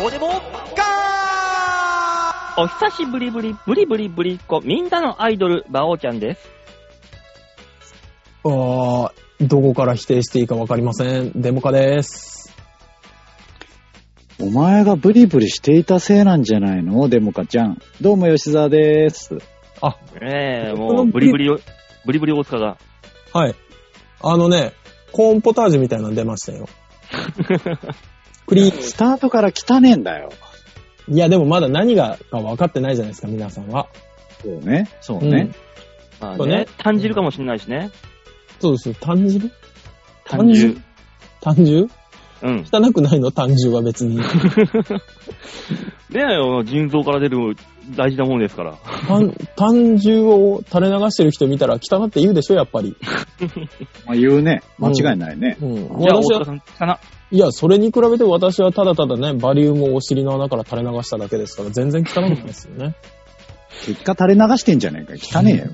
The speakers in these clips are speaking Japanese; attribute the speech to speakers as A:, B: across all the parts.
A: どうでもガー
B: お久しぶりぶり、ぶりぶりぶりっ子、みんなのアイドル、馬王ちゃんです。
C: あー、どこから否定していいかわかりません。デモカです。
D: お前がブリブリしていたせいなんじゃないのデモカちゃん。どうも吉沢です。
B: ねえ、もう、ぶりぶりを、ぶりぶり大塚が。
C: はい。あのね、コーンポタージュみたいなの出ましたよ。クリー
D: スタートから汚ねえんだよ。
C: ン。いや、でもまだ何がか分かってないじゃないですか、皆さんは。
D: そうね。そう
C: う
D: ね
C: ん。
B: まあ
C: そう
B: ね
C: ね、
B: 単汁かもしれないしね。
C: そうですよ。単純
B: 単汁。
C: 単純
B: うん。
C: 汚くないの単純は別に。
B: ねえ、腎臓から出る大事なものですから。
C: 単、単純を垂れ流してる人見たら汚って言うでしょ、やっぱり。
D: まあ、言うね。間違いないね。
C: うん。
B: じゃあ、大
C: 私
B: 塚
C: は、
B: さんかな。
C: いや、それに比べて私はただただね、バリウムをお尻の穴から垂れ流しただけですから、全然汚くないですよね。
D: 結果垂れ流してんじゃねえか。汚ねえよ。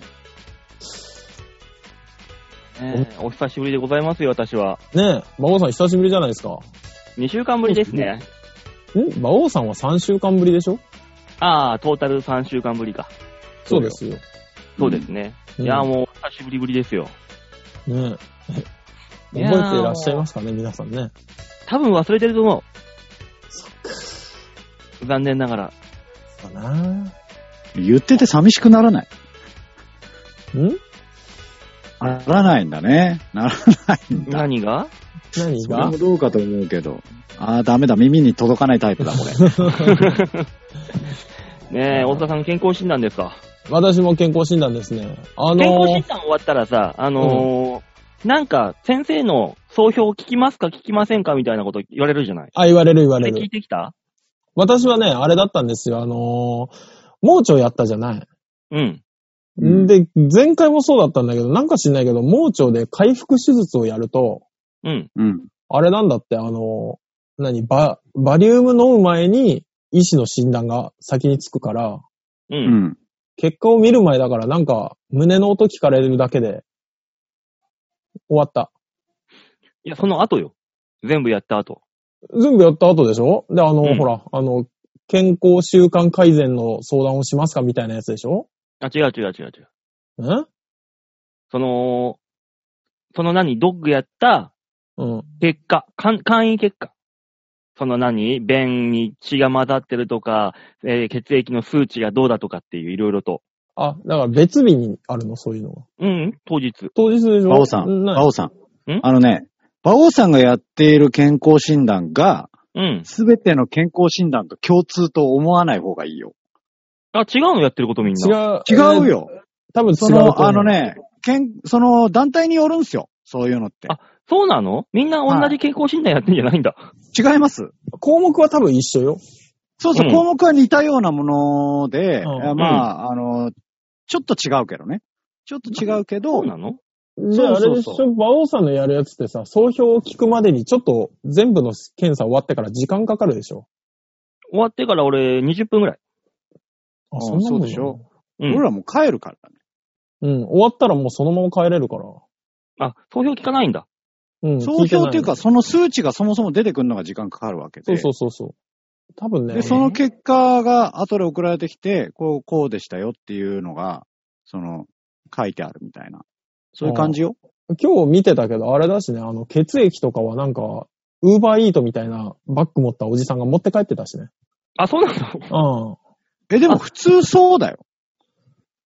B: ねえお久しぶりでございますよ、私は。
C: ねえ、馬王さん久しぶりじゃないですか。
B: 2週間ぶりですね。
C: ん馬王さんは3週間ぶりでしょ
B: ああ、トータル3週間ぶりか。
C: そうですよ。
B: そうですね。
C: うん
B: いや、もう、久しぶりぶりですよ。
C: ねえ。
B: いやー
C: 覚えていらっしゃいますかね、皆さんね。
B: 多分忘れてると思う。残念ながら。
C: かな
D: 言ってて寂しくならない。
C: ん
D: ならないんだね。ならないんだ。
B: 何が
C: 何
D: それ
C: が
D: もどうかと思うけど。あー、ダメだ。耳に届かないタイプだ、これ。
B: ねえ、大塚さん健康診断ですか。
C: 私も健康診断ですね。あ
B: 健
C: の
B: 康
C: ー
B: 診、断終わったらさ、あのーなんか、先生の総評を聞きますか聞きませんかみたいなこと言われるじゃない。
C: あ、言われる言わ
B: あ
C: れ
B: れ聞
C: る
B: い。てきた
C: 私はね、あれだったんですよ。あのー、盲腸やったじゃない。
B: うん。
D: うん
C: で、前回もそうだったんだけど、なんか知んないけど、盲腸で回復手術をやると、
B: うん。
D: うん。
C: あれなんだって、あのー、何、バ、バリウム飲む前に、医師の診断が先につくから、
B: う。
D: うんん。
C: 結果を見る前だから、なんか、胸の音聞かれるだけで、終わった。
B: いや、その後よ。全部やった後。
C: 全部やった後でしょで、あの、
B: うん
C: ほら、あの、健康習慣改善の相談をしますかみたいなやつでしょ
B: あ、違う違う違う違う。
C: ん
B: その、その何ドッグやった
C: うん。
B: 結果。簡簡易結果。その何便に血が混ざってるとか、えー血液の数値がどうだとかっていう、いろいろと。
C: あ、だから別日にあるの、そういうのが。
B: うん、当日。
C: 当日でしょ
D: 馬王さん。馬
C: な
D: 王さん
B: ん。
D: あのね、馬王さんがやっている健康診断が、
B: うん。
D: すべての健康診断と共通と思わない方がいいよ。
B: あ、違うのやってることみん
C: 違
B: な。
C: う。
D: 違う。よ。
C: 多分違うと
D: そ
C: 思う
D: の、あの。ね、けん、その団体によるんすよ。そういうのって。
B: あそうなのみんな同じ健康診断やってんじゃないんだ。
D: 違います。
C: 項目は多分一緒よ。
D: そうそう、
B: うん
D: 項目は似たようなもの
C: う
D: で、
C: ん
D: あまあ、あの、ちょっと違うけどね。ちょっと違うけ
B: そ
D: ど
B: う、なの
C: じゃああれでし
D: そうそう
C: ょ馬王さんのやるやつってさ、総評を聞くまでにちょっと全部の検査終わってから時間かかるでしょ
B: 終わってから俺20分ぐらい。
C: あ
D: ん
C: んなもん
D: そうでしょ
B: う
D: 俺
B: ん。
D: らもう帰るからね。
C: うん。終わったらもうそのまま帰れるから。
B: あ、投票聞かないんだ。
C: うん。
D: 総評っていう
C: 聞
D: か、
C: て
D: その数値がそもそも出てくるのが時間かかるわけ
C: な
D: で。
C: い、そうそうそうそう。多分ね。
D: で、その結果が後で送られてきて、こう、こうでしたよっていうのが、その、書いてあるみたいな。そういう感じよ。
C: 今日見てたけど、あれだしね、あの、血液とかはなんか、ウーバーイートみたいなバッグ持ったおじさんが持って帰ってたしね。
B: あ、そうなの
C: うん。
D: え、でも普通そうだよ。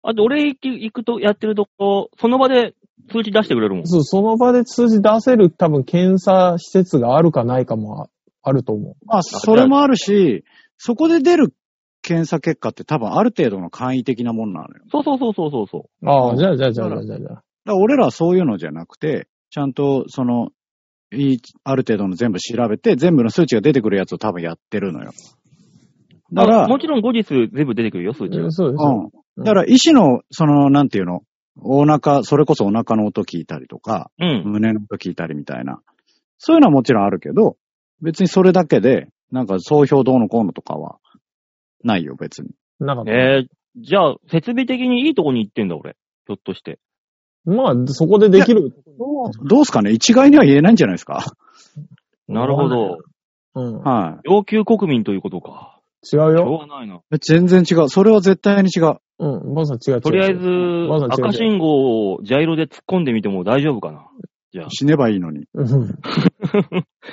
B: あと俺行き行くと、やってるとこ、その場で通知出してくれるもん。
C: そう、その場で数字出せる多分検査施設があるかないかもああると思。
D: まあ、それもあるし、そこで出る検査結果って多分ある程度の簡易的なもんなのよ。
B: そうそうそうそうそうそう
C: あ
D: う
C: あ、
D: ん
C: じゃあじゃあじゃあじゃあじゃあじゃあ。
D: だから俺らはそういうのじゃなくて、ちゃんとその、いいある程度の全部調べて、全部の数値が出てくるやつを多分やってるのよ。
B: う。
D: だから、
B: あもちろん後日全部出てくるよ、数値
C: う
B: が
C: ん。そうですよ。
D: うん。だから、医師の、その、なんていうの、お腹、それこそお腹の音聞いたりとか、
B: うん。
D: 胸の音聞いたりみたいな。そういうのはもちろんあるけど、別にそれだけで、なんか総評どうのこうのとかは、ないよ、別に。
C: なかった。
B: えー、じゃあ、設備的にいいとこに行ってんだ、俺。ひょっとして。
C: まあ、そこでできる。
D: どうすかね一概には言えないんじゃないですか
B: なるほど。
C: うん。
D: は
B: 要求国民ということか。
C: 違う
B: し
C: よ。
B: ょうがないな。
D: い。全然違う。それは絶対に違う。
C: うん。バンさん違う違う。
B: とりあえず
C: バンさん違う違う。、
B: 赤信号をジャイロで突っ込んでみても大丈夫かな。
D: 死ねばいいのに。
C: うん。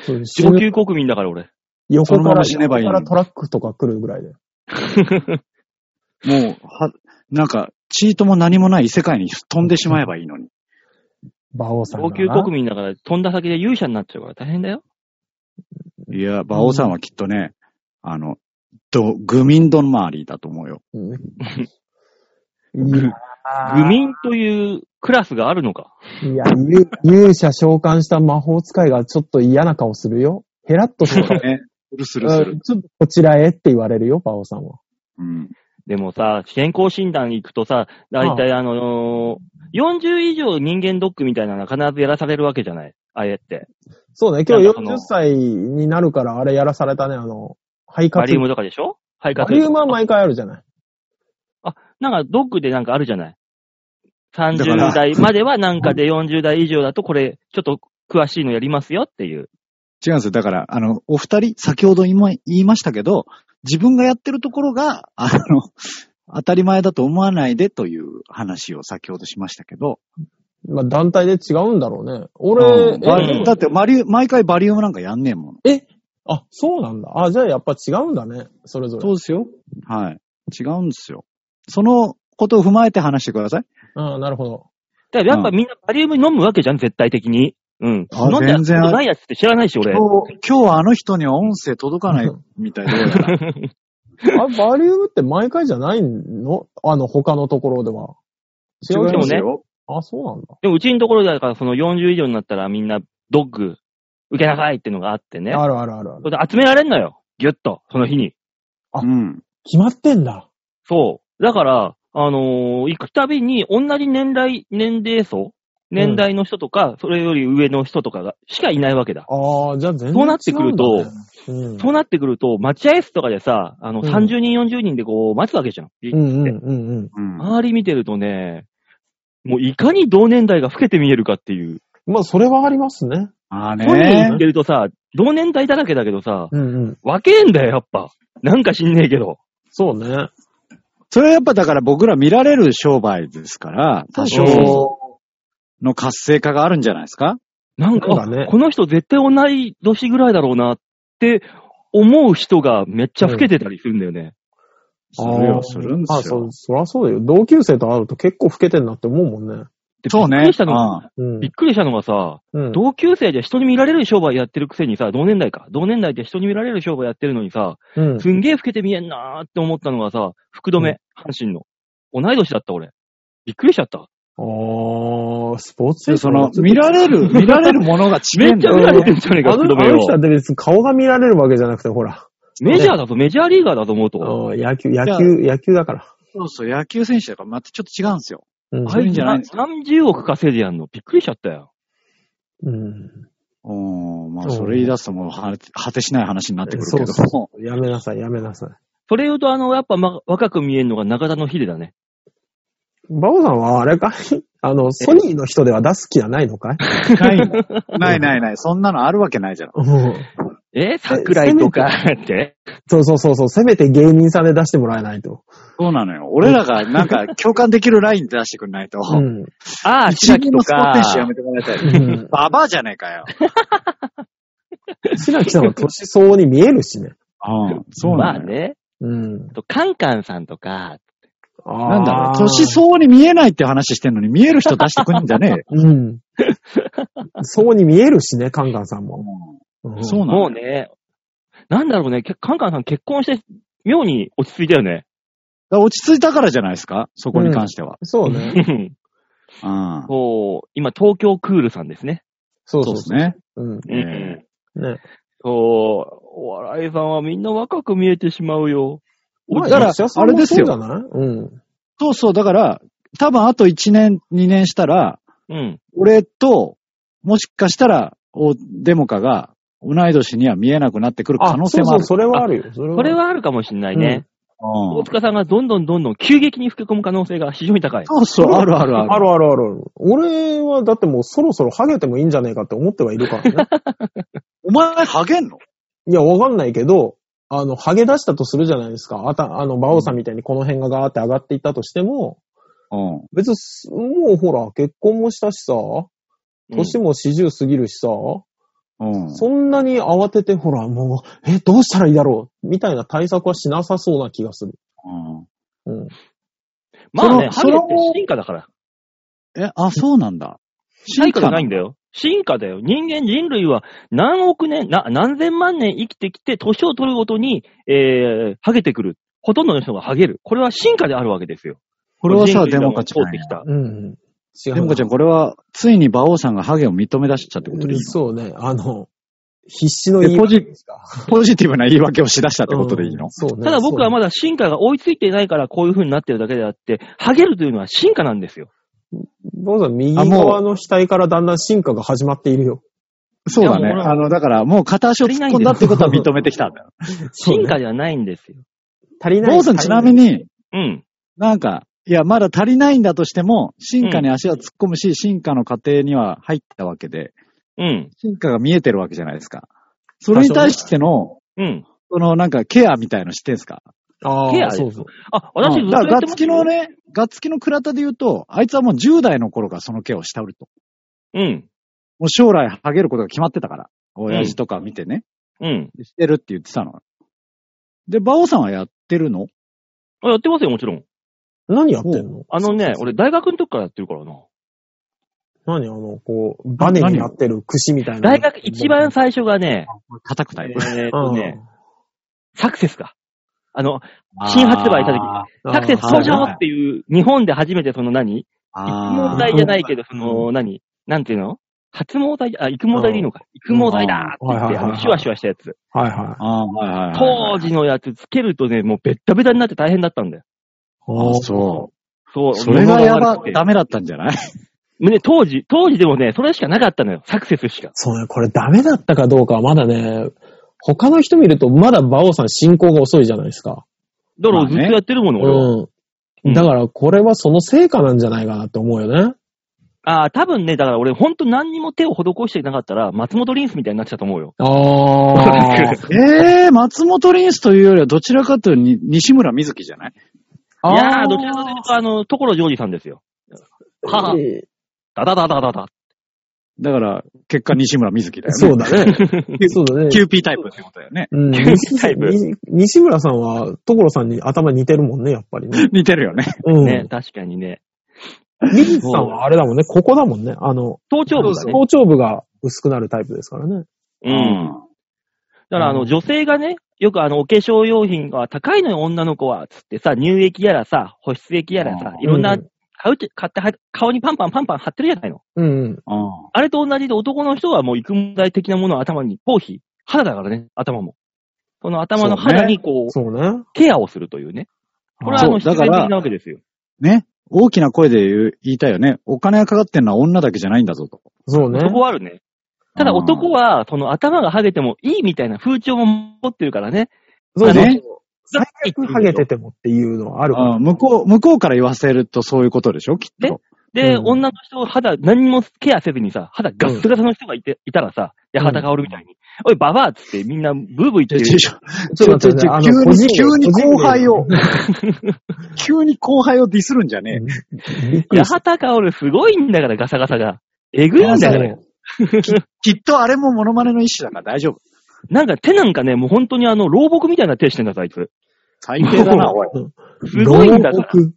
C: そう死
B: 要
C: ぬ
B: 求国民だから俺。
C: 横
D: その
C: か
D: ま
C: ら、
D: ま死ね
C: 横
D: ば
C: か
D: いいの
C: らトラックとか来るぐらいで。
D: もう、は、なんか、チートも何もない異世界に飛んでしまえばいいのに。
C: 馬王さんが
B: 要
C: な。
B: 求国民だから飛んだ先で勇者になっちゃうから大変だよ。
D: いや、馬王さんはきっとね、あの、ど、愚民どんまりだと思う よ。
C: うん。いや
B: 愚民というクラスがあるのか。
C: いや、勇勇者召喚した魔法使いがちょっと嫌な顔するよ。ヘラッとするから。
D: ね。するするす
C: う
D: る
C: ん。ちょっとこちらへって言われるよ、バオさんは。
D: うん。
B: でもさ、健康診断行くとさ、だいたいあのー40以上人間ドックみたいなのが必ずやらされるわけじゃない。あれって。
C: そうね、今日
B: なんかその
C: 40歳になるからあれやらされたね、あの、肺
B: バリ
C: 活
B: ウ
C: 量。
B: ムとかでしょ肺
C: バ
B: 活
C: リウムは
B: 量。
C: 毎回あるじゃない。
B: なんかドックでなんかあるじゃない。
D: だから
B: 30代まではなんかで40代以上だとこれ、ちょっと詳しいのやりますよっていう。
D: 違うんですよ。だから、あの、お二人、先ほど今言いましたけど、自分がやってるところが、あの、当たり前だと思わないでという話を先ほどしましたけど、
C: まあ、団体で違うんだろうね。
D: う
C: 俺、
D: ん
C: え
D: バ
B: リウム
D: だってマリウ、毎回バリウムなんかやんねえもん。
C: あ、そうなんだ。あ、じゃあやっぱ違うんだね、それぞれ。
D: そうですよ。はい。違うんですよ。そのことを踏まえて話してください。
C: ああ、なるほど。
B: だからやっぱみんなバリウム飲むわけじゃん、絶対的に。うん。
D: あ
B: 飲んだ
D: 全然
B: ことないやつって知らないし、俺。
D: 今日、今日はあの人には音声届かない みたいで、
C: あ、バリウムって毎回じゃないのあの、他のところでは。
B: で
C: 違うけど
D: 違い
B: も
D: ま
B: ね
D: すよ。
C: あ、そうなんだ。
B: でもうちのところだから、その40以上になったらみんなドッグ受けなさいっていうのがあってね。
C: あるあるあるある。
B: それで集められんのよ。ぎゅっと、その日に。
C: あ
D: うん。
C: 決まってんだ。
B: そう。だから、あのー行くたびに、同じ年代、年齢層年代の人とか、それより上の人とかが、しかいないわけだ。
C: ああ、じゃあ全然違う
B: そう
C: んだ、ね。
B: なってくると
C: うん、
B: そうなってくると、待合室とかでさ、あの、
C: うん
B: 30人、40人でこう、待つわけじゃん。
C: うんうんうんうん。
D: うん。
B: 周り見てるとね、もういかに同年代が老けて見えるかっていう。
C: まあ、それはありますね。
D: ああ
B: トイレに行
D: ね
B: っ。てるとさ、同年代だらけだけどさ、
C: うんうん。
B: 若えんだよ、やっぱ。なんか知んねえけど。
C: そうね。
D: それはやっぱだから僕ら見られる商売ですから、多
B: そう
D: 少の活性化があるんじゃないですか
B: なんか、
C: そうだね
B: あこの人絶対同い年ぐらいだろうなって思う人がめっちゃ老けてたりするんだよね。
D: する
C: あ
D: よ、
C: ー
D: するんで
C: あ
D: す
C: そ
D: よ
C: う、。そらそうだよ。同級生と会うと結構老けてんなって思うもんね。
B: で
D: そう
B: びっく
D: ね
B: りした。のが
D: ああ
C: うん
B: びっ。くりしたのがさ、
C: うん、
B: 同級生で人に見られる商売やってるくせにさ、同年代か。同年代で人に見られる商売やってるのにさ、
C: うん
B: すんげえ老けて見えんなーって思ったのがさ、福留、
C: うん
B: 阪神の。同い年だった俺。びっくりしちゃった。
C: ああ、スポーツ選
D: で
C: 手
D: その、見られる、見られるものが違
B: め
D: え
B: っ
D: ん
B: ち
D: だ
B: ゃ見られ
D: よ
B: て。んじゃねえか、
C: あ
B: 福
C: のあ
B: 留
C: の人だ
B: よ。
C: って別に顔が見られるわけじゃなくて、ほら。
B: メジャーだぞ、メジャーリーガーだと思うと。
C: うん野球、野球、野球だから。
D: そうそう、野球選手だからまたちょっと違うんですよ。
C: うん。
D: はそういうんじゃないんです
B: 30億稼いでやんの。びっくりしちゃったよ。
C: うん。
D: おーまあ
C: そう
D: それ言い出すともうは果てしない話になってくるけど。
C: そうそう。やめなさい、やめなさい。
B: それ言うと、あの、やっぱ、ま、若く見えるのが中田の秀だね。
C: バオさんはあれかいあの、ソニーの人では出す気はないのかい
D: ない もんないないない。そんなのあるわけないじゃん。
C: うん
B: え桜井とかって
C: そうそうそうそう。せめて芸人さんで出してもらえないと。
D: そうなのよ。俺らがなんか共感できるライン出してくんないと。
C: うん。
B: ああ、
D: 一
B: 千
D: 撃
B: 秋
D: の
B: と
D: スポー
B: か
D: ツ選手やめてもらいたい。
C: うん
D: ババアじゃねえかよ。
C: 白木さんは年相応に見えるしね。
D: うん。そう
B: まあ
D: なのよ。
B: ね。
C: うん
B: あ。と、カンカンさんとか、
D: な
C: なん
D: だろう。年相応に見えないって話してんのに見える人出してくんじゃねえよ。
C: うん。そうに見えるしね、カンカンさんも。うん
D: そうなの
B: もうね、なんだろうね、けカンカンさん結婚して、妙に落ち着いたよね。
D: だから落ち着いたからじゃないですかそこに関しては。
C: そうね。
D: うん。
B: そう、今、東京クールさんですね。
C: そう
D: そ
C: そうう
D: です
C: そう。う
D: ね。
C: ん。
D: ええ
C: ね。
B: そう、お笑いさんはみんな若く見えてしまうよ。
D: まあ
C: だか
D: 役
C: ら
D: 者、さ
C: あ
D: んも
C: れですよ。
D: そ
C: そううじゃないうん。
D: そうそう。だから、多分あと1年、2年したら、
B: うん。
D: 俺と、もしかしたら、おデモカが、同い年には見えなくなってくる可能性もあ
C: そう
D: る。
C: そう、それはあるよ。それ
B: これはあるかもしんないね。
D: う
B: 大
D: ん
B: 塚さんがどんどんどんどん急激に老け込む可能性が非常に高い。
D: そうそう、あるあるある。
C: あるあるある。俺は だってもうそろそろハゲてもいいんじゃねえかって思ってはいるからね。
D: お前、ハゲんの
C: いや、わかんないけど、あの、剥げ出したとするじゃないですか。あた、あの、馬王さんみたいにこの辺がガーって上がっていったとしても、
D: うん。
C: 別にす、もうほら、結婚もしたしさ、
B: うん
C: 年も40過ぎるしさ、
D: うん。
C: そんなに慌てて、ほら、もう、え、どうしたらいいだろうみたいな対策はしなさそうな気がする。
D: う
C: うん。
B: まあね、ハ
D: そ
B: ゲ
D: の
B: って
D: その
B: 進化だから。
D: ん。え、あ、そうなんだ。
B: 進化じゃないん
D: だ。
B: だよ。進化だよ。人間、人類は何億年、な何千万年生きてきて、年を取るごとに、えー、ハゲてくる。ほとんどの人がハゲる。これは進化であるわけですよ。
D: これはさ、
B: 人類
D: デ
B: が
D: モカちゃ
B: 通ってき
D: ん。
B: た。
C: うん。違うな。
D: デモカちゃん、これは、ついに馬王さんがハゲを認め出しちゃってことでいいの
C: そうね、あの、必死の
D: で
C: 言い訳ですか。
D: ポジティブな言い訳をしだしたってことでいいの、
C: うんそうね。
B: ただ僕はま
C: だ、
B: だ進化が追いついていないから、こういう風になってるだけであって、ハゲるというのは進化なんですよ。
C: どうぞ右側の額からだんだん進化が始まっているよ。
D: そうだ
B: い
D: ね。
B: やもう
D: あの、だから、もう片足を突っ込んだってことは認めてきたんだよ。
B: 進化じゃないんですよ。
C: 足りない。
D: 馬王さん、ちなみ
C: に。
D: に、
B: うん。
D: なんか、いや、まだ足りないんだとしても、進化に足は突っ込むし、進化の過程には入ったわけで、
B: うん。
D: 進化が見えてるわけじゃないですか。それに対しての、
B: うん。
D: その、なんか、ケアみたいのしてんすか
C: あ
B: ケアで
C: あ、
B: す
C: そうそう。
B: あ、私ず
D: う
B: っ
D: ん
B: と
D: だ
B: 言
D: か
B: ってま
D: ら、ガッツ
B: す
D: キ
B: よ
D: のね、ガッツキの倉田で言うと、あいつはもう10代の頃からそのケアをしたうると。
B: うん。
D: もう将来ハゲることが決まってたから。親父とか見てね。
B: うん。
D: してるって言ってたの。で、馬王さんはやってるの
B: あやってますよ、もちろん。
C: 何やってんの
B: あのね、俺大学の時からやってるからな。
C: 何あの、こう、バネになってる串みたいな。
B: 大学一番最初がね、
D: 叩くタ
B: え
D: イプ。
B: ーっ
C: う
B: と
C: ん、
B: ね、サクセスか。あの、新発売した時
D: あー
B: サクセス
D: そう
B: 登
D: じゃん
B: 場っていう、日本で初めてその何育毛
D: あー
B: 剤じゃないけど、その何なんていうの発毛剤、あ、育毛剤でいいのか。育毛剤だーって言って、
C: うん
B: あのシュワシュワしたやつ。
C: はいはい。
D: あー、はいはいはいはい。
B: 当時のやつつけるとね、もうベッタベタになって大変だったんだよ。
C: あー
D: そ
B: そう
D: う。。それがやば
B: 布悪く、て
D: ダメだったんじゃない
B: ね、当時、当時でもね、それしかなかったのよ。サクセスしか。
C: そうね、これダメだったかどうかはまだね、他の人見るとまだ馬王さん進行が遅いじゃないですか。
B: だから
D: まあ
B: ずっ
D: ね
B: とやってるもの、俺は。
C: うん。だからこれはその成果なんじゃないかなって思うよね。
B: ああ、多分ね、だから俺ほんと何にも手を施していなかったら、松本リンスみたいになってたと思う よ。
C: あー。
D: ええー、松本リンスというよりはどちらかというとに西村瑞希じゃない
B: いやー、どちらかというと、あの、所ジョージさんですよ。はぁ、ダダダダダダ。
D: だから、結果西村瑞希だよね。
C: そうだね。そうだね。
D: キューピータイプってことだよね。
C: うん、
B: 90タイプ
C: 西西村さんは、所さんに頭似てるもんね、やっぱりね。
D: 似てるよね。
C: うん。
B: ね、確かにね。
C: リリーさんはあれだもんね、ここだもんね。あの、
B: 頭頂部だね。
C: 頭頂部が薄くなるタイプですからね。
B: うん。だから、あ
C: う
B: の、
C: ん
B: 女性がね、よくあの、お化粧用品が高いのよ、女の子は、つってさ、乳液やらさ、保湿液やらさ
D: う、ん
B: いろんな
C: うん、
B: 買うて、買っては、顔にパンパンパンパン貼ってるじゃないの。
C: うんうん。
D: うん。
B: あれと同じで男の人はもう育毛剤的なものを頭に、頭皮、肌だからね、頭も。その頭の肌にこう、
C: そうね。
B: ケアをするというね。これはあ
D: そう
B: の、必然的
D: だから
B: なわけですよ。
D: ね。大きな声で言う言いたいよね。お金がかかってんのは女だけじゃないんだぞと。
C: そうね。
B: そこはあるね。ただ男は、その頭がハゲてもいいみたいな風潮も持ってるからね。
C: そう
D: あの
C: ね
D: ね。
C: 最悪ハゲててもっていうのはあるから。
D: あー向こう、向こうから言わせるとそういうことでしょきっ
B: ね
D: と。
B: で、
C: うん
B: 女の人、肌、何もケアせずにさ、肌ガッスガスの人がいて、いたらさ、八幡薫みたいに、おい、ババアっつってみんなブーブー言ってる。
D: ちょ、ちょ、
C: ち
D: ち
C: ょ
D: ょ、
C: っと待って
D: 急
C: あの個人
D: に、
C: 名
D: 急に
C: 個人名
D: 後 輩を、急に後輩をディスるんじゃね
C: びっくりし
B: 八幡薫すごいんだから、ガサガサが。えぐいんだ
C: た
B: から。
C: ね。
D: え。きっとあれもモノマネの一種だから大丈夫。
B: なんか手なんかね、もう本当にあの、老木みたいな手してんだぞ、あいつ。
D: 最低だ な、
B: も
D: おい。
B: すごいんだ
C: 牢
B: から。
C: 獄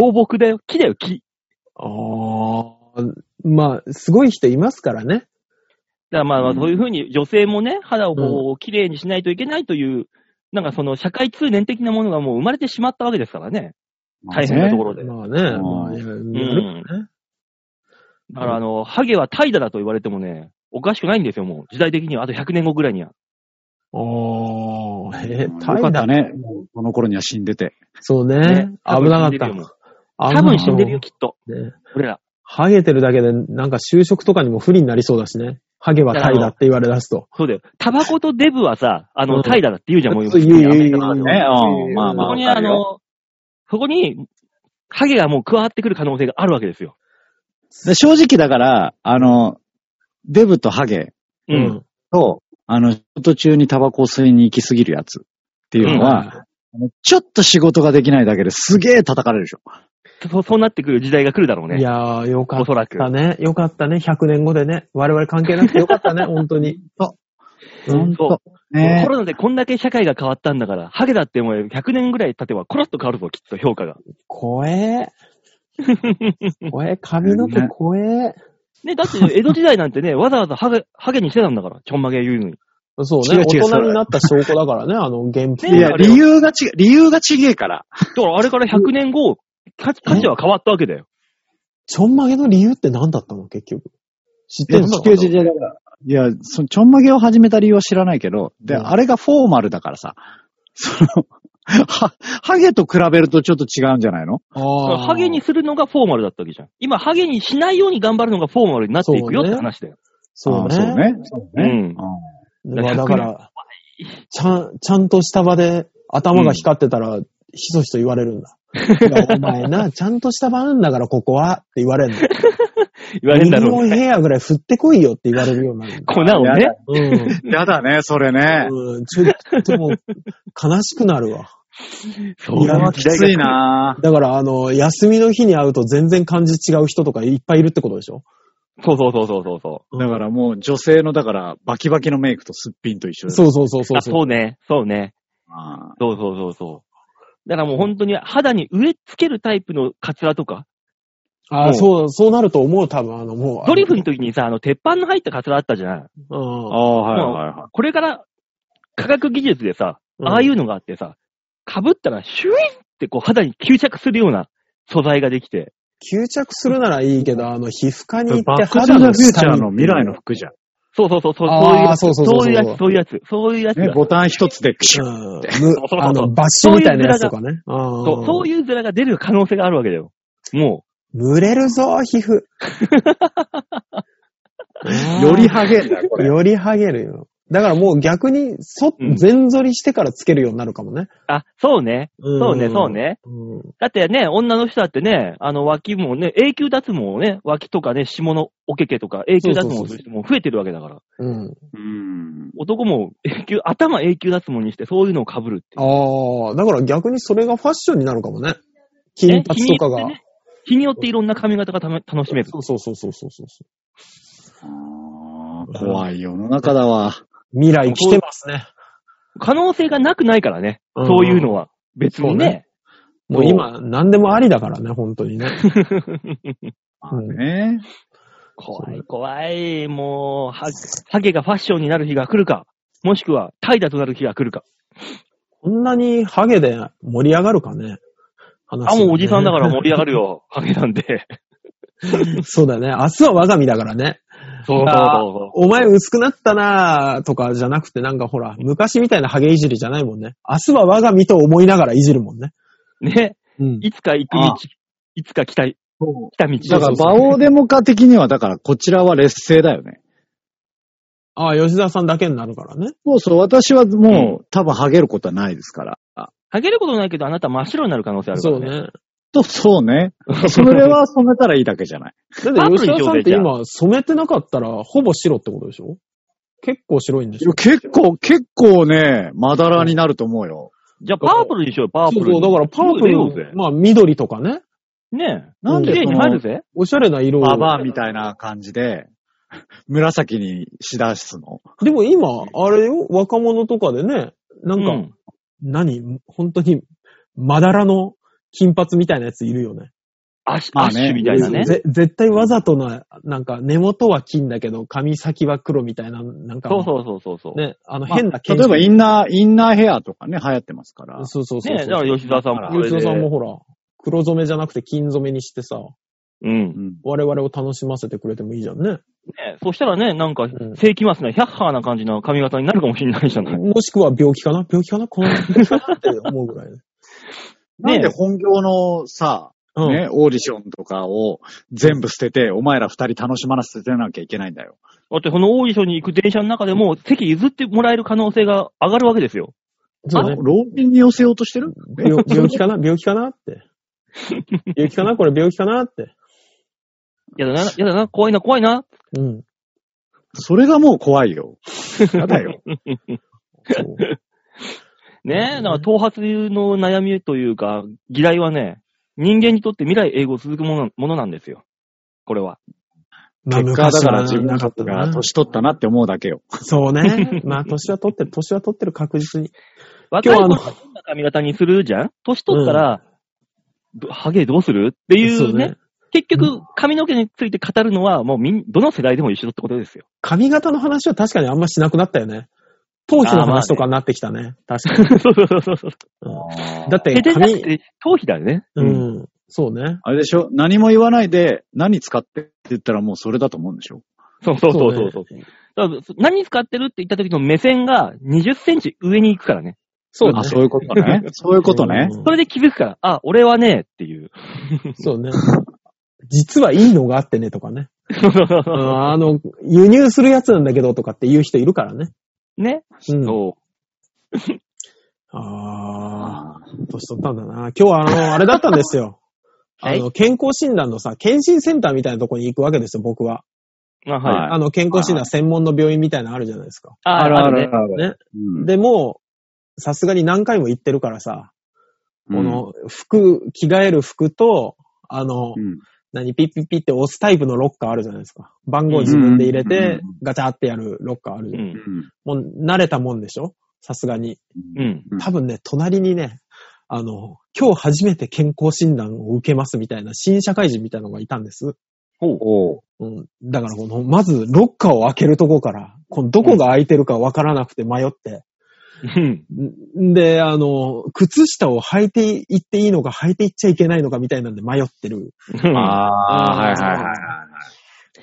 B: 老木だよ。木だよ、木。
C: あーまあ、すごい人いますからね。
B: だからまあまあ、
D: うん
B: そういうふうに女性もね、肌をこう、綺麗にしないといけないという、なんかその社会通念的なものがもう生まれてしまったわけですからね。大変なところで。
C: まあね。
D: うん
C: まあ、やるからね。
B: だから、あの、ハゲは怠惰だと言われてもね、おかしくないんですよ、もう。時代的には。あと100年後ぐらいには。
C: ああ、え
D: え、
C: ー、大
D: 大変
C: 変
D: だ
C: だ。
D: ね。もうこの頃には死んでて。
C: そうね。危なかった。
B: た。
C: 危
B: 多
C: なかった
B: 分死んでるよ、。きっと。
C: ね
B: 俺ら。
C: ハゲてるだけで、なんか就職とかにも不利になりそうだしね。ハゲはタイだって言われ出すと。
B: そうだよ。タバコとデブはさ、あ
C: う
B: の、
C: ん
B: 怠惰だって言うじゃん、もう。
C: そう言う
B: アメリカ
C: 言
B: の
C: う言う
B: 話
D: ね、う、
C: うんん
D: まあま
B: そ
D: あ。
B: こに
D: わ
B: あ
D: かるよ
B: の、そこに、ハゲがもう加わってくる可能性があるわけですよ。
D: で正直だから、あの、デブとハゲ
B: うん。。
D: と、あの、仕事中にタバコを吸いに行きすぎるやつっていうのは、あのちょっと仕事ができないだけですげえ叩かれるでしょ。
B: そそうなってくる時代が来るだろうね。
C: いやー、よか
B: お
C: っ
B: そらく。
C: たね。よかったね。100年後でね。我々関係なくてよかったね。本当に。
D: あ
C: うん
D: 本当。ね
B: コロナでこんだけ社会が変わったんだから、ハゲだってもう100年ぐらい経てばコロッと変わるぞ、きっと評価が。
C: 怖え。怖え。髪の毛怖え。
B: ね、だって江戸時代なんてね、わざわざハゲ、ハゲにしてたんだから、ちょんまげ言うのに。
C: そうね。
D: 違う
C: 大
D: 違う
C: 人になった証拠だからね。あの、原
B: ね
D: い
C: 品
D: や、理由が違う、理由が違えから。
B: だからあれから100年後、価値価値は変わったわけだよ。
C: ちょんまげの理由って何だったの結局。知って
D: で
C: んの
D: 地球時代だから。いや、その、ちょんまげを始めた理由は知らないけど、で、
C: うん
D: あれがフォーマルだからさ、その、は、ハゲと比べるとちょっと違うんじゃないの
B: だ
C: あ
B: から
C: あ。
B: ハゲにするのがフォーマルだったわけじゃん。今、ハゲにしないように頑張るのがフォーマルになっていくよって話だよ。
C: そう
D: あそう
C: ね。
D: ね。そう
B: う
D: ね。
B: ん
C: まあ
B: 100
C: だから、ちゃん、ちゃんとした場で頭が光ってたら、ひそひそ言われるんだ。いやお前 な、ちゃんとした場なんだから、ここはって言われるの。
B: 言われるんだろう
C: ミニオン
B: ね。
C: ヘアぐらい振ってこいよって言われるようになるん だ。
B: 粉をね。
C: う
D: やだね、それね。
C: ん。うん、ちょっともう、悲しくなるわ。
B: そう
C: いや
D: きついな
C: だから、あの、休みの日に会うと全然感じ違う人とかいっぱいいるってことでしょ
B: そうそうそうそうそうそ。
D: だからもう女性の、だから、バキバキのメイクとすっぴんと一緒だよ
C: そうそうそうそうう
B: あ、
C: そ。
B: そううね。そうね。
D: あ
B: そうそうそうそう。だからもう本当に肌に植え付けるタイプのカツラとか、
C: あーそう、そうなると思う、多分、あの、もう。
B: ドリフの時にさ、あの、鉄板の入ったカツラあったじゃん。
D: ー
C: う
D: あー、はいはいは
B: これから科学技術でさ、
C: ん。
B: ああいうのがあってさ、被ったらシュインってこう肌に吸着するような素材ができて、
C: 吸着するならいいけど、あの、皮膚科に行
D: い。
C: っ
D: バ
C: て
D: ックトゥ
C: 肌の
D: ザフュー
C: 下
D: チャー
C: に
D: の未来の服じゃん。
B: そうそうそう、そう
C: あー
B: そういうやつ、
C: そうそうそうそう
B: いうやつ、そういうやつ、そういうやつ
D: ね、
B: が、
D: ボタン一つで、
C: う
D: シュッ
C: ん
B: そう そうそう
C: むあの、抜歯みたいなやつとかね。
B: そうそう
C: い
B: いうズラが出る可能性があるわけだよ。も
C: うん。蒸れるぞ、皮 膚。
D: よりハゲんだよ、これ。
C: より剥げるよ。だからもう逆に、そ
B: うん、
C: 全剃りしてからつけるようになるかもね
B: う。、あ、そうね、
C: うん
B: そうね、そう。ね。
C: うん
B: だってね、女の人だってね、あの脇もね、永久脱毛をね、脇とかね、下のおけけとか、永久脱毛する人も増えてるわけだから、
C: うん。
D: うん。
B: 男も永久、頭永久脱毛にしてそういうのを被るっていう。
C: ああ、だから逆にそれがファッションになるかもね。金髪とかが。
B: ね日によっていろんな髪型がため楽しめる。
C: そうそうそうそうそうそう。
D: あー怖い世の中だわ。
C: 未来来てますね。
B: 可能性がなくないからね。そういうのは。別にね。
C: うん。もう今、何でもありだからね、本当 にね。うん
D: ね
B: 怖い怖い。もう、は、 ハゲがファッションになる日が来るか。もしくは、怠惰となる日が来るか。
C: こんなにハゲで盛り上がるかね。話が
B: あ、
C: ね
B: もうおじさんだから盛り上がるよ。 ハゲなんで。
C: そうだね。明日は我が身だからね。
B: そうそうそ
C: お前薄くなったなぁとかじゃなくて、なんかほら、昔みたいなハゲいじりじゃないもんね。明日は我が身と思いながらいじるもんね。
B: う。ね。
C: うん。
B: いつか行く
D: ああ
B: 道。いつか来た、来た道。
D: だから、馬王デモカ的には、だから、こちらは劣勢だよね。
C: ああ、吉沢さんだけになるからね。
D: そうそう、私はもう、多分、ハゲることはないですから。
B: ハゲることないけど、あなた真っ白になる可能性あるか
C: そ
B: ら
C: う
B: ね。
C: ね。
D: と、そう ね。それは染めたらいいだけじゃない。
C: だって吉沢さんって今染めてなかったらほぼ白ってことでしょ結構白いんで
D: い
C: し
D: や
C: ょ
D: 結構、結構ね、まだらになると思うよ。
B: じゃあ、パープルにしようよ、パープ
C: そう
B: ル
C: そ
B: に。
C: う、だからパー
B: 色
C: プ
B: 出よ
C: ル、
B: うぜ
C: まあ緑とかね。
B: ねえ。
D: なんで
B: 綺麗に
D: その
B: 入るぜ。
C: おしゃれな色を
D: ババアみたいな感じで、紫にしだすの。
C: でも今、あれよ、若者とかでね、な
B: うん
C: か、
B: ん。
C: 何本当に、まだらの金髪みたいなやついるよね。
B: アッシュ
D: ま
B: ア
D: あ
B: ッ
D: ね
B: シュみたいなね。
C: ぜ絶対わざとな、なんか根元は金だけど、髪先は黒みたいな、なんか、
B: そうそうそうそうそう。
C: ね、あの変な
D: まあ例えば、インナー、インナーヘアとかね、流行ってますから。
C: そうそうそうそ
B: ね
C: う。
B: だから吉沢さんもこれ
C: 吉
B: で。
C: 野さんもほら、黒染めじゃなくて金染めにしてさ、
B: うん。
D: う
B: ね
D: ん
C: 我々を楽しませてくれてもいいじゃんね。
B: そしたらね、なんか
C: ん、
B: 世紀末なヒャッハーな感じの髪型になるかもしれないじゃない。
C: もしくは病気かな病気かなこの病気かなって思うぐらいね。
B: ね
D: なんで本業のさ、
C: うん。
D: ね、オーディションとかを全部捨てて、お前ら二人楽しませてなきゃいけないんだよ。
B: だってそのオーディションに行く電車の中でも席譲ってもらえる可能性が上がるわけですよ。
C: そうね
D: あ老人に寄せようとしてるえ
C: 病病気かな病気かなって。病気かなこれ病気かなって。
B: やだな、やだな、怖いな、怖いな。
C: うん。
D: それがもう怖いよ。や だよ。
C: そう
B: ねえ、だから頭髪の悩みというか、議題はね、人間にとって未来永劫続くものものなんですよ。これは。
C: まあ
D: 結果だ
C: 昔
D: から
C: は
D: 自分
C: なか
D: が
C: ったな。
D: 年取ったなって思うだけよ。
C: そうね。まあ、年は取ってる、年は取ってる確実に。
B: 若
C: 今
B: い
C: 日はあ
B: 頃
C: の
B: はこんな髪型にするじゃん年取ったら、どハゲどうするってい
C: そう
B: うね。結局、髪の毛について語るのは、もうみん、どの世代でも一緒ってことですよ。
C: 髪型の話は確かにあんましなくなったよね。頭皮の話とかになってきたね。確かに。
B: そうそうそうそう。
C: だっ
B: 手
C: て
B: でなく
C: 髪、
B: て頭皮だよね。
C: うん、そうね。
D: あれでしょ何も言わないで、何使ってって言ったらもうそれだと思うんでしょ
B: そうそうそうそう
C: そうね
B: だから何使ってるって言った時の目線が20センチ上に行くからね。
C: そう
D: あ、
C: ね。
D: そういうことね。そういうことね。
C: うん
B: それで気づくから、あ、俺はね、っていう。
C: そうね。実はいいのがあってねとかね。うんあの、輸入するやつなんだけどとかって言う人いるからね。
B: ね。
C: うん。
B: そう。
C: あ
D: あ
C: あ、年取ったんだな。今日はあの、あれだったんです よ。あ
B: はい
C: の、健康診断のさ、検診センターみたいなとこに行くわけですよ、僕は。
B: あ、はい。
D: はい
C: あの、健康診断専門の病院みたいなのあるじゃないですか。
B: あ
D: あ
B: あ
D: る
B: る
D: あ
B: あ
D: る
B: る
D: あ
B: ね。
D: るある
C: ね。でも、さすがに何回も行ってるからさ、
D: うん
C: こ、の服、着替える服と、あの、
D: うん
C: 何、ピッピッピッって押すタイプのロッカーあるじゃないですか。番号自分で入れて
D: うんうん、
C: ガチャってやるロッカーあるじ
B: う
C: ゃん。
B: ん。
C: もう慣れたもんでしょさすがに。
B: う。ん。
D: うん
C: 多分ね、隣にね、あの、今日初めて健康診断を受けますみたいな新社会人みたいなのがいたんです。
D: ほうほ
C: うん、だからこの、まずロッカーを開けるとこから、このどこが開いてるかわからなくて迷って、
B: うん。
C: んで、あの、靴下を履いていっていいのか履いていっちゃいけないのかみたいなんで迷ってる。
D: う。ああ、はいはいはい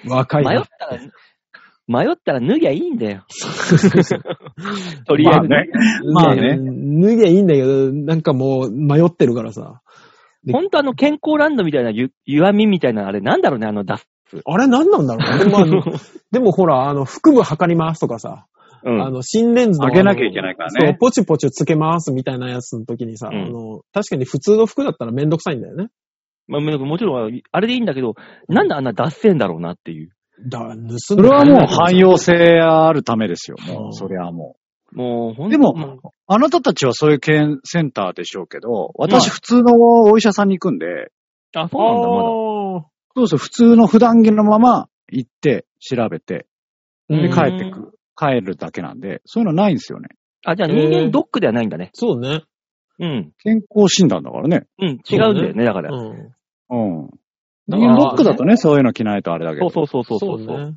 C: 若いな。
B: 迷ったら、迷ったら脱ぎゃいいんだよ。と
D: はい。
B: りあえず、
D: まあね。まあね
C: ね。脱ぎゃいいんだけど、なんかもう迷ってるからさ。
B: 本当あの健康ランドみたいなゆ弱みみたいなあれなんだろうね、あのダス。
C: あれ何なんだろうね。まあ、 でもほら、あの、腹部測りますとかさ、
B: うん。
C: あの、新レンズの。
D: 上げなきゃいけないからね
C: そう、ポチポチつけますみたいなやつの時にさ、
B: うん
C: あの、確かに普通の服だったらめんどくさいんだよね。
B: まあ、もちろん、あれでいいんだけど、なんであんな脱線だろうなっていう。
C: だ、盗んで。そ
D: それはもう汎用性あるためですよ。
C: う
D: も
C: ん
D: う、それはも
B: もう、ほん
D: う。
B: と
D: で
B: まあ
D: も、あなたたちはそういう検センターでしょうけど、
B: ま
D: 私
B: あ
D: 普通のお医者さんに行くんで、
B: あ、そうなんだ、まだ。
D: そうそう、普通の普段着のまま行って、調べて、
C: ま
B: う
D: で
B: ん
D: 帰ってく、帰るだけなんで、そういうのないんですよね。
B: あ、じゃあ人間ドックではないんだね。
C: そうね。
B: うん。
D: 健康診断だからね。
B: うん、違うんだよね、だか
C: う
B: ら。
C: ん。
D: うん。
C: だ
D: 人
C: から
D: 間ドックだとね、そういうの着ないとあれだけ
B: そ
D: ど。
B: うそうそうそうそう
C: そ
B: うそう。
C: ね。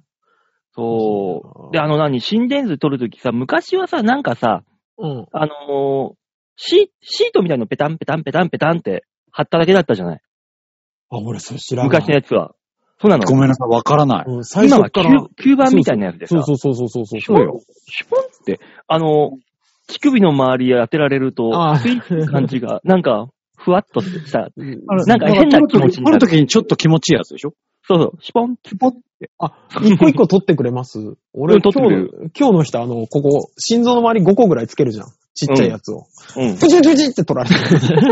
B: そう。で、あの何、心電図取るときさ、昔はさ、なんかさ、
C: うん。
B: あのーシ、シートみたいのペタンペタンペタンペタンって貼っただけだったじゃない
C: あ、俺、それ知らない。
B: 昔のやつは。そうなの。
D: ごめんなさい、わからない。
C: うん、最
B: 今
C: 初
B: は
C: から。
B: 吸盤みたいなやつでさ
C: そう、そうそうそうそうそう。
D: そうよ。
B: シュポンって、あの、乳首の周り当てられると、
C: ああ
B: スイッチの感じ が、なんか、ふわっとした。
C: うん
D: あの
B: なんか変な気持ちになる
D: 取るときにちょっと気持ちいいやつでしょ
B: そうそう、シュポン、シュポン。
C: あ、一個一個取ってくれます 俺、
B: うん
C: 今
B: 取って
C: 日
B: くれ
C: の
B: る、
C: 今日の人、あの、ここ、心臓の周り5個ぐらいつけるじゃん。ちっちゃいやつを。
B: うん。
C: プチプチプチって取られ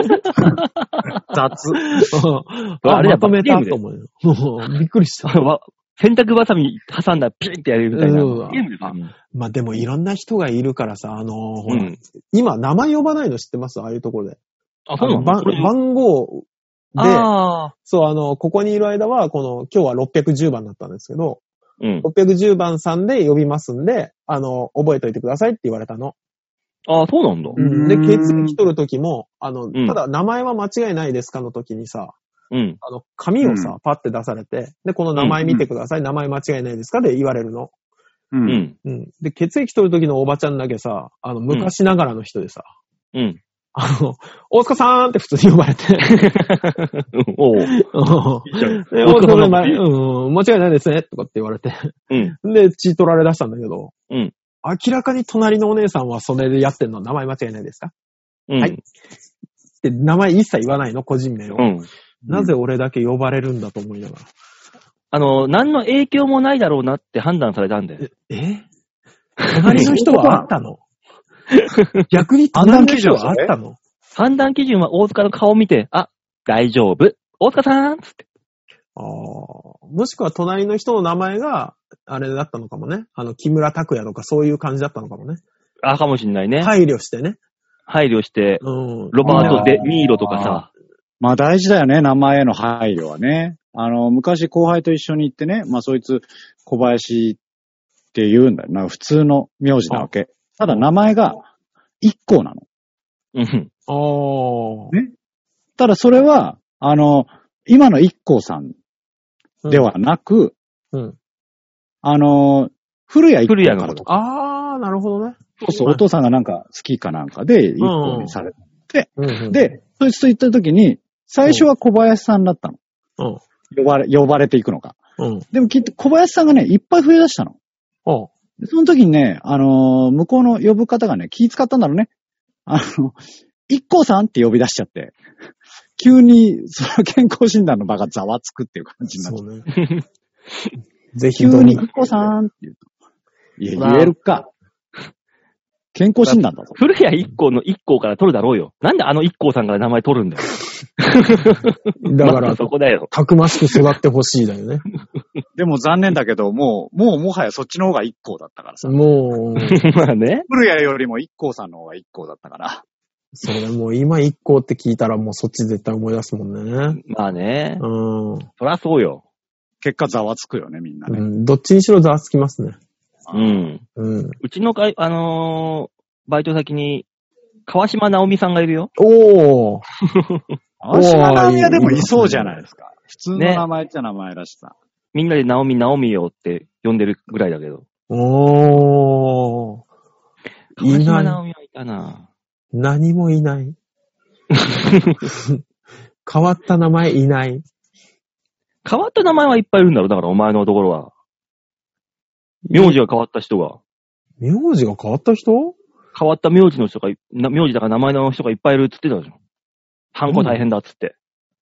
C: てる。
D: 雑。
C: あ
B: あ
C: れ
B: れ
C: ま
B: だ
C: とめた
B: ゲームで
C: と思うよ。びっくりした。
B: わ洗濯バサミ挟んだらピンってやれるみたいな。
C: うん
B: ゲームですよ
C: まあでもいろんな人がいるからさ、あのーほら、
B: うん
C: 今名前呼ばないの知ってますああいうところで。
B: あ、そうなの
C: 番
B: これ
C: 番号で、
B: ああ。
C: そう、あの、ここにいる間は、この、今日は610番だったんですけど、
B: うん。
C: 610番さんで呼びますんで、あの、覚えといてくださいって言われたの。
B: ああ、そうなんだ。
D: ん
C: で、血液取るときも、あの、
B: ん
C: ただ名前は間違いないですかのときにさ、
B: うん。
C: あの、紙をさ、パッて出されて、で、この名前見てください、名前間違いないですかで言われるの。
D: う。
B: うんん。
C: うん。で、血液取る時のおばちゃんだけさ、あの、昔ながらの人でさ、
B: うん。
C: あの、大塚さんって普通に呼ばれて。
B: おう。大
C: で大
B: 塚さ
C: 塚
B: ん
C: さん、まうん、間違いないですね、とかって言われて。
B: うん。
C: で、血取られ出したんだけど、
B: うん
C: 明らかに隣のお姉さんはそれでやってんの、名前間違いないですか
B: うん。
C: はいって名前一切言わないの、個人名を。
B: うん。
C: なぜ俺だけ呼ばれるんだと思いながら。
B: あの、何の影響もないだろうなって判断されたんだよ。
C: え隣の人はあった の逆に隣の人はあったの
B: 判断基準は大塚の顔を見て、あ、大丈夫。大塚さんっつって。
C: ああ。もしくは隣の人の名前が、あれだったのかもね。あの、木村拓哉とかそういう感じだったのかもね。
B: あ、かもしんないね。
C: 配慮してね。
B: 配慮して、
C: うん。
B: ロバート・デ・ニーロとか
D: あ
B: さ。
D: まあ大事だよね、名前への配慮はね。あの、昔後輩と一緒に行ってね、まあそいつ小林って言うんだよな、普通の名字なわけ。ただ名前が一個なの。
B: うん。
C: あー
D: ただそれは、あの、今の一個さんで。はなく、
C: うんうん
D: あの、古谷一個からとか、
C: ああ、なるほどね。
D: そうそう、お父さんがなんか好きかなんかで一個にされた。
C: うんうん、
D: で、そいつと行った時に、最初は小林さんだったの。
C: うん、
D: 呼ばれ、呼ばれていくのか。
C: うん、
D: でもきっと小林さんがね、いっぱい増え出したの。
C: あ
D: でその時にね、あのー向こうの呼ぶ方がね、気使ったんだろうね。あの、一光さんって呼び出しちゃって、急に、その健康診断の場がざわつくっていう感じになっ
C: そ
D: て、
C: うね。ぜひ
D: 急
C: どうに
D: に一
C: か、
D: 光さんって言うと。いや、
B: まあ
D: 言えるか。健康診断だぞ。
B: 古谷一行の一行から取るだろうよ。なんであの一行さんから名前取るんだよ。
C: だか
B: ま
C: ら
B: ず、そこだ よ。
C: たくましく育ってほしいだよ ね。
D: でも残念だけど、もう、もうもはやそっちの方が一光だったからさ。
C: もう、
B: まあね。
D: 古谷よりも一光さんの方が一光だったから。
C: それもう今一行って聞いたらもうそっち絶対思い出すもんね。
B: まあね。
C: うん。う
B: そりゃそうよ。
D: 結果ざわつくよね、みんなね。
C: ん、どっちにしろざわつきますね。
B: うん。
C: うん。
B: うちの会、あのーバイト先に、川島直美さんがいるよ。
C: おー。
D: 青島直美はでもいそうじゃないですか。普通の
B: ね
D: 名前っちゃ名前らしさ。
B: みんなで直美直美よって呼んでるぐらいだけど。
C: おー。いな
B: 川島
C: い
B: 直美はいたな。
C: 何も いない。変わった名前いない。
B: 変わった名前はいっぱいいるんだろう。だからお前のところは。名字が変わった人が。
C: 名字が変わった人
B: 変わった名字の人が、な名字だから名前の人がいっぱいいるっつってたじゃん。ハンコ大変だっつって。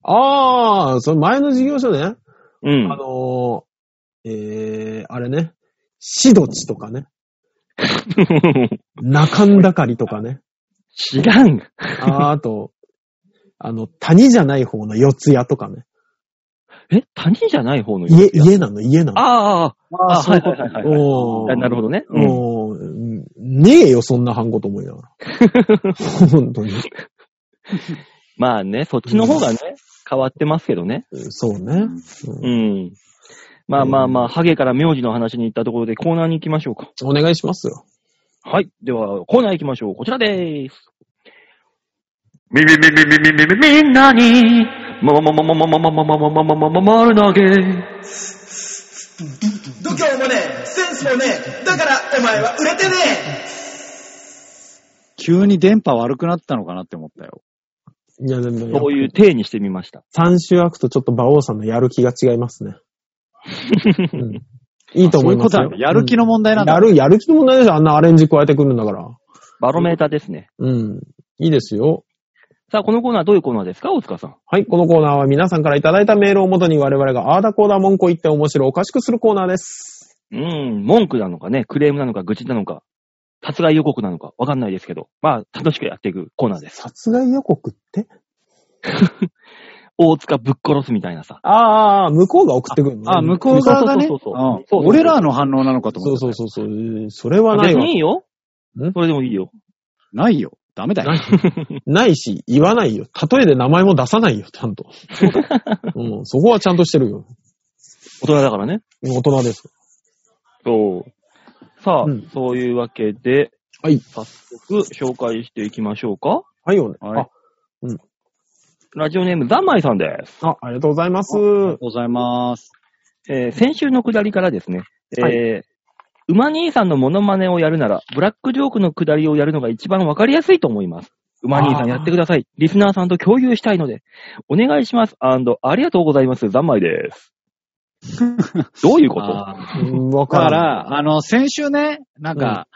C: ああ、その前の事業所ね。
B: う
C: あ
B: ん。
C: のー、えー、あれね。シドチとかね。中んだかりとかね。
B: 知らん。
C: あーあと、あの、谷じゃない方の四ツ谷と かね。
B: え谷じゃない方の
C: 家、家なの、家なの。
B: ああ、ああ、はいはいはいはい。
C: お
B: あなるほどね。
C: ど。もう、ねえよ、そんなハンコと思いなが ら。本当に。
B: まあね、そっちの方がね、変わってますけどね。
C: そうね。う
B: うんん。まあまあまあ、ハゲから名字の話に行ったところでコーナーに行きましょうか。
C: お願いしますよ。
B: はい。では、コーナー行きましょう。こちらでーす。
A: みみみみみみみみみんなに、まままままままままままままま丸投げ。
E: 度胸もねえセンスもねえだからお前は売れてねえ
D: 急に電波悪くなったのかなって思ったよ。
C: いや、でもね、
B: そういう体にしてみました。
C: 三種悪とちょっと馬王さんのやる気が違いますね。うんいいと思います
D: そうい
C: よ
D: うことだ。やる気の問題なんだ。
C: やる、やる気の問題でしょ。あんなアレンジ加えてくるんだから。
B: バロメーターですね。
C: うん。いいですよ。
B: さあ、このコーナーどういうコーナーですか大塚さん。
C: はい。このコーナーは皆さんからいただいたメールをもとに我々がアーダコーダー文句を言って面白おかしくするコーナーです。
B: うん、文句なのかね、クレームなのか、愚痴なのか、殺害予告なのか、わかんないですけど、まあ、楽しくやっていくコーナーです。
C: 殺害予告って
B: 大塚ぶっ殺すみたいなさ。
C: ああ、向こうが送ってくるのね、
D: あ、向こう側がね。
B: そうそうそう
D: うん
B: そうそう
D: 俺らの反応なのかと
C: そ
D: 思
C: う
D: った
C: そうそうそう。えーそれはない
B: 別
C: わ
B: に。いいよ
C: ん。
B: それでもいいよ。
D: ないよ。ダメだよ。
C: ないし、言わないよ。例えで名前も出さないよ、ちゃんと。うん、そこはちゃんとしてるよ。
B: 大人だからね。
C: 大人です。
B: そう。さあ、
C: うん
B: そういうわけで、
C: はい
B: 早速紹介していきましょうか。
C: はいよね。
D: はい
B: ラジオネーム、ザンマイさんです。
C: あ、あ、ありがとうございます。
D: ありがとうございます。
B: えー先週のくだりからですね、えー
C: は
B: 馬兄さんのモノマネをやるなら、ブラックジョークのくだりをやるのが一番わかりやすいと思います。馬兄さんやってください。リスナーさんと共有したいので、お願いします。and ありがとうございます。ザンマイ です。どういうこと
D: あ
C: うんわ
D: ーだ
C: か
D: から
C: ん
D: ら、あの、先週ね、なんか、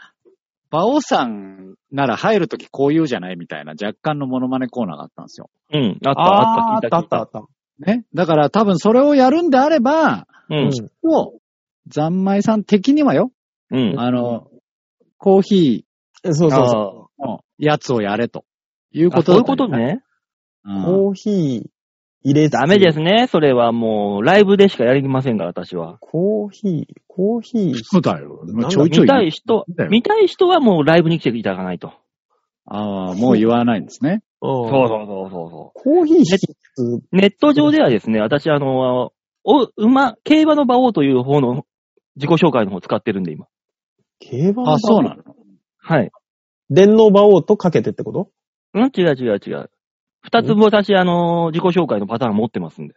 D: 馬王さんなら入るときこう言うじゃないみたいな若干のモノマネコーナーがあったんですよ。
B: うん。あった、あ
C: あ
B: っ
C: ー
B: た、聞い
C: あった、あ
B: た。
C: った、あ
B: 聞い
C: った。
D: ね。だから多分それをやるんであれば、
B: うん。
D: もう、三昧さん的にはよ、
B: うん。
D: あの、コーヒ
C: うんそうそうそう。
D: ーのやつをやれと。いう
B: あー
D: こ
B: あそ
D: と
B: うい
D: だ
B: う
D: と
B: こと
D: 思
B: ね。
D: うん
C: コーヒー入れず
B: ダメですね。それはもう、ライブでしかやりませんから、私は。
C: コーヒー、コーヒー、
D: そうだよ。
C: なんだ
D: ちょいちょ
B: 見
D: い
B: た
D: 言。
B: いう人
D: だ、よ
B: 見たい人はもうライブに来ていただかないと。
D: ああ、もう言わないんですね。
C: う
B: そ
C: ん
B: うそうそうそうそ
C: コーヒー引きつ
B: う。ネット上ではですね、私、あの、お、馬、競馬の馬王という方の自己紹介の方を使ってるんで、今。
C: 競馬の
D: あそうなの。
B: はい。
C: 電脳馬王とかけてってこと
B: うん違う違う違う。二つ私、あの、自己紹介のパターン持ってますんで。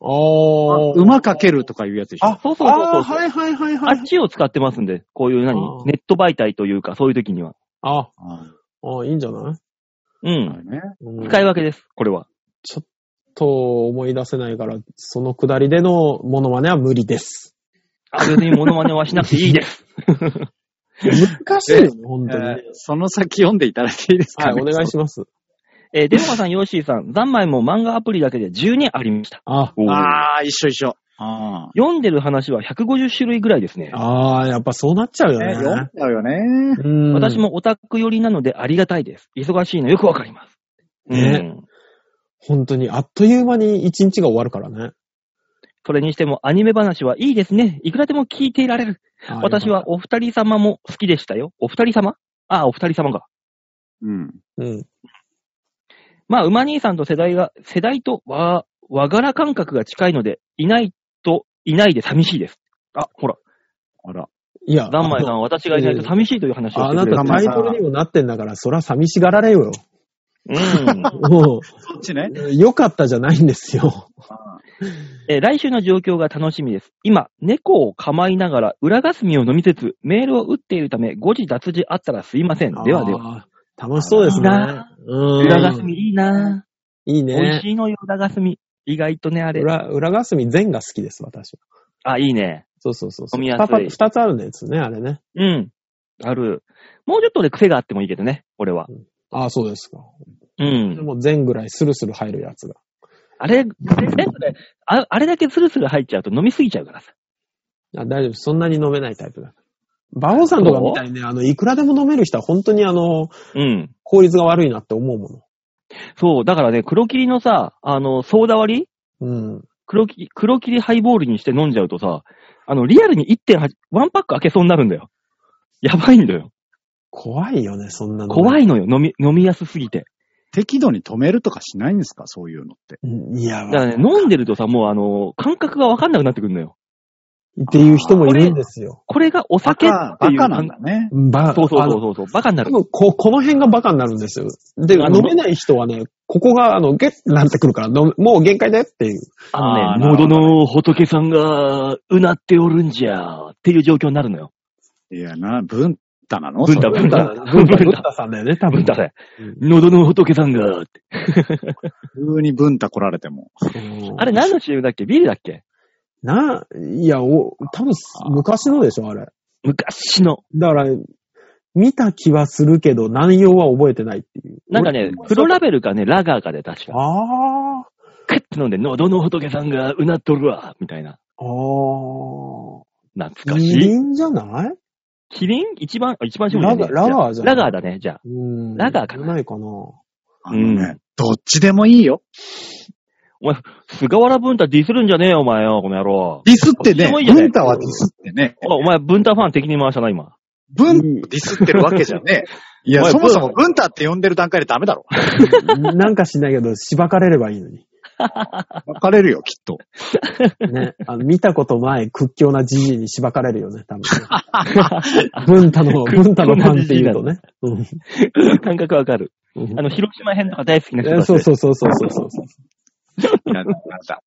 C: ああ。
D: 馬かけるとかいうやつでしょ。
C: あ
B: そうそうそうそ
C: あ
B: う
C: あ、はいはいはい
B: あ
C: は
B: っ
C: い。
B: ちを使ってますんで、こういう何
C: あー
B: ネット媒体というか、そういう時には。
C: あ
D: あ
C: あ、いいんじゃない
B: う
D: あ
B: ん。
D: ね
C: うん
B: 使い分けです、これは。
C: と思い出せないから、そのくだりでのモノマネは無理です。
B: あ別にモノマネはしなくていい です。
C: 難 しいよね、本当に。
D: えーその先読んでいただいていいです
C: は
D: か
C: い、
D: ね、
C: お願いします。
B: えーデモカさん、ヨッシーさん、三枚も漫画アプリだけで12ありました。
C: あ
A: おー
D: ああ、一緒一緒。あ
B: 読んでる話は150種類ぐらいですね。
C: あー、やっぱそうなっちゃうよ
D: あ。
C: ね
D: ね、。読んじゃうよね。
C: うん
B: 私。もオタク寄りなのでありがたいです。忙しいのよくわかります。
C: ね
B: うん。
C: 本当に、あっという間に一日が終わるからね。
B: それにしてもアニメ話はいいですね。いくらでも聞いていられる。
C: あー
B: 私。
C: よか
B: はお二人様も好きでしたよ。お二人様ああ、お二人様が。
D: うん。
C: ったうん。
B: まあ、馬兄さんと世代が、世代と和、和柄感覚が近いので、いないと、いないで寂しいです。あ、ほら、
D: あら。
C: いや、
B: ダンマイさんは私がいないと寂しいという話をし
C: あ
B: て
C: な
B: くれ
C: た
B: た。
C: タイトルにもなってんだから、そら寂しがられよ。
B: うん。
C: も
D: そっちね。
C: う、よかったじゃないんですよ。
B: えー来週の状況が楽しみです。今、猫を構いながら、裏霞を飲みつつ、メールを打っているため、誤字脱字あったらすいません。ではでは。
C: は。楽しそうです
B: いい
C: ね
B: な。
C: う
B: 裏
C: ん。
B: 霞いいな
C: いい
B: ぁ、美味
C: ね。
B: しいのよ、裏霞。意外とね、あれ。
C: 裏、裏霞全が好きです、私。
B: あ、いいね。
C: そうそうそうそう。
B: 飲みやすい
C: 二パ二つあるんですね、あれね。
B: うん。ある。もうちょっとで癖があってもいいけどね、俺は。
C: ああ、そうですか。
B: うん。
C: もう全ぐらいスルスル入るやつが。
B: あれ、全部で、ああれだけスルスル入っちゃうと飲みすぎちゃうからさ。
C: あ大丈夫。そんなに飲めないタイプだ。バオさんとかみたいにね、あの、いくらでも飲める人は本当にあの、
B: うん。
C: 効率が悪いなって思うも
B: そう、だからね、黒霧のさ、あの、ソーダ割り
C: の。うん。
B: 黒き黒霧ハイボールにして飲んじゃうとさ、あの、リアルに1.8、ワンパック開けそうになるんだよ。やばいんだよ。
C: 怖いよね、そんなの。
B: 怖
C: い。
B: いのよ、飲み、飲みやすすぎて。
D: 適度に止めるとかしないんですかそういうのって。
C: いや、
B: だからね、飲んでるとさ、もうあの、感覚がわかんなくなってくるのよ。
C: っていう人もいるんですよ。
B: これがお
D: バ
B: 酒って
D: カ、バ
B: いう
D: カ
B: 感
D: なんだね。
C: バ
B: そうそう
C: あ
B: そ
C: の
B: うそうそう、バカにな
C: 多
B: る。
C: 分こ、この辺がバカになるんですよ。で、
B: あの
C: 飲めない人はね、ここが、あの、ゲッなってくるから、飲むもう限界だよっていう。
B: あのね、
D: あーなる
B: 喉
D: ほど
B: の仏さんが、うなっておるんじゃ、っていう状況になるのよ。
D: いやな、文太なの
B: 文太
D: それ
B: 文太
C: ブンタ、ブンタさんだよね、多
B: 文
C: 分。
B: 太さん。喉の仏さんが、って
D: 普通に文太来られても。
C: うん
B: あれ何の CM だっけビールだっけ
C: な、いや、お、多分昔のでしょ、あれ。
B: 昔の。
C: だから、見た気はするけど、内容は覚えてないっていう。
B: なんかね、黒ラベルかね、ラガーかで確か。
C: ああ、
B: クッて飲んで、喉の仏さんがうなっとるわ、みたいな。
C: ああ、
B: 懐か
C: い
B: しい。
C: いんじゃない
B: キリン一番、あ一番搾りだね
C: ラガラガーじゃん
B: ラガーだね、じゃあ。
C: うん。
B: ラガーかな
C: じゃないかな。
D: あのね、
B: うん
D: どっちでもいいよ。
B: 菅原文太ディスるんじゃねえよ、お前よ、この野郎。
D: ディスっ
B: ど
D: て
B: っち
D: ね
B: でもいい、じゃない
D: 文太はディスってね、
B: おお前、文太ファン敵に回したな、 今。
D: 文をディスってるわけじゃねえ。い
B: お
D: や、
B: い
D: そもそも文太って呼んでる段階でダメだろ。
C: なん かしないけど、しばかれればいいのに。
D: 分かれるよ、きっと。
C: ね。あの見たことない屈強なじじいにしばかれるよね、多分。 文太の、文太のファンって言うとね。うん
B: 感覚わかる。
C: うん
B: あの、広島編とか大好きな人
C: え
B: たち
C: そう
B: で。
C: そうそうそうそうそう。
D: やだ、やだ。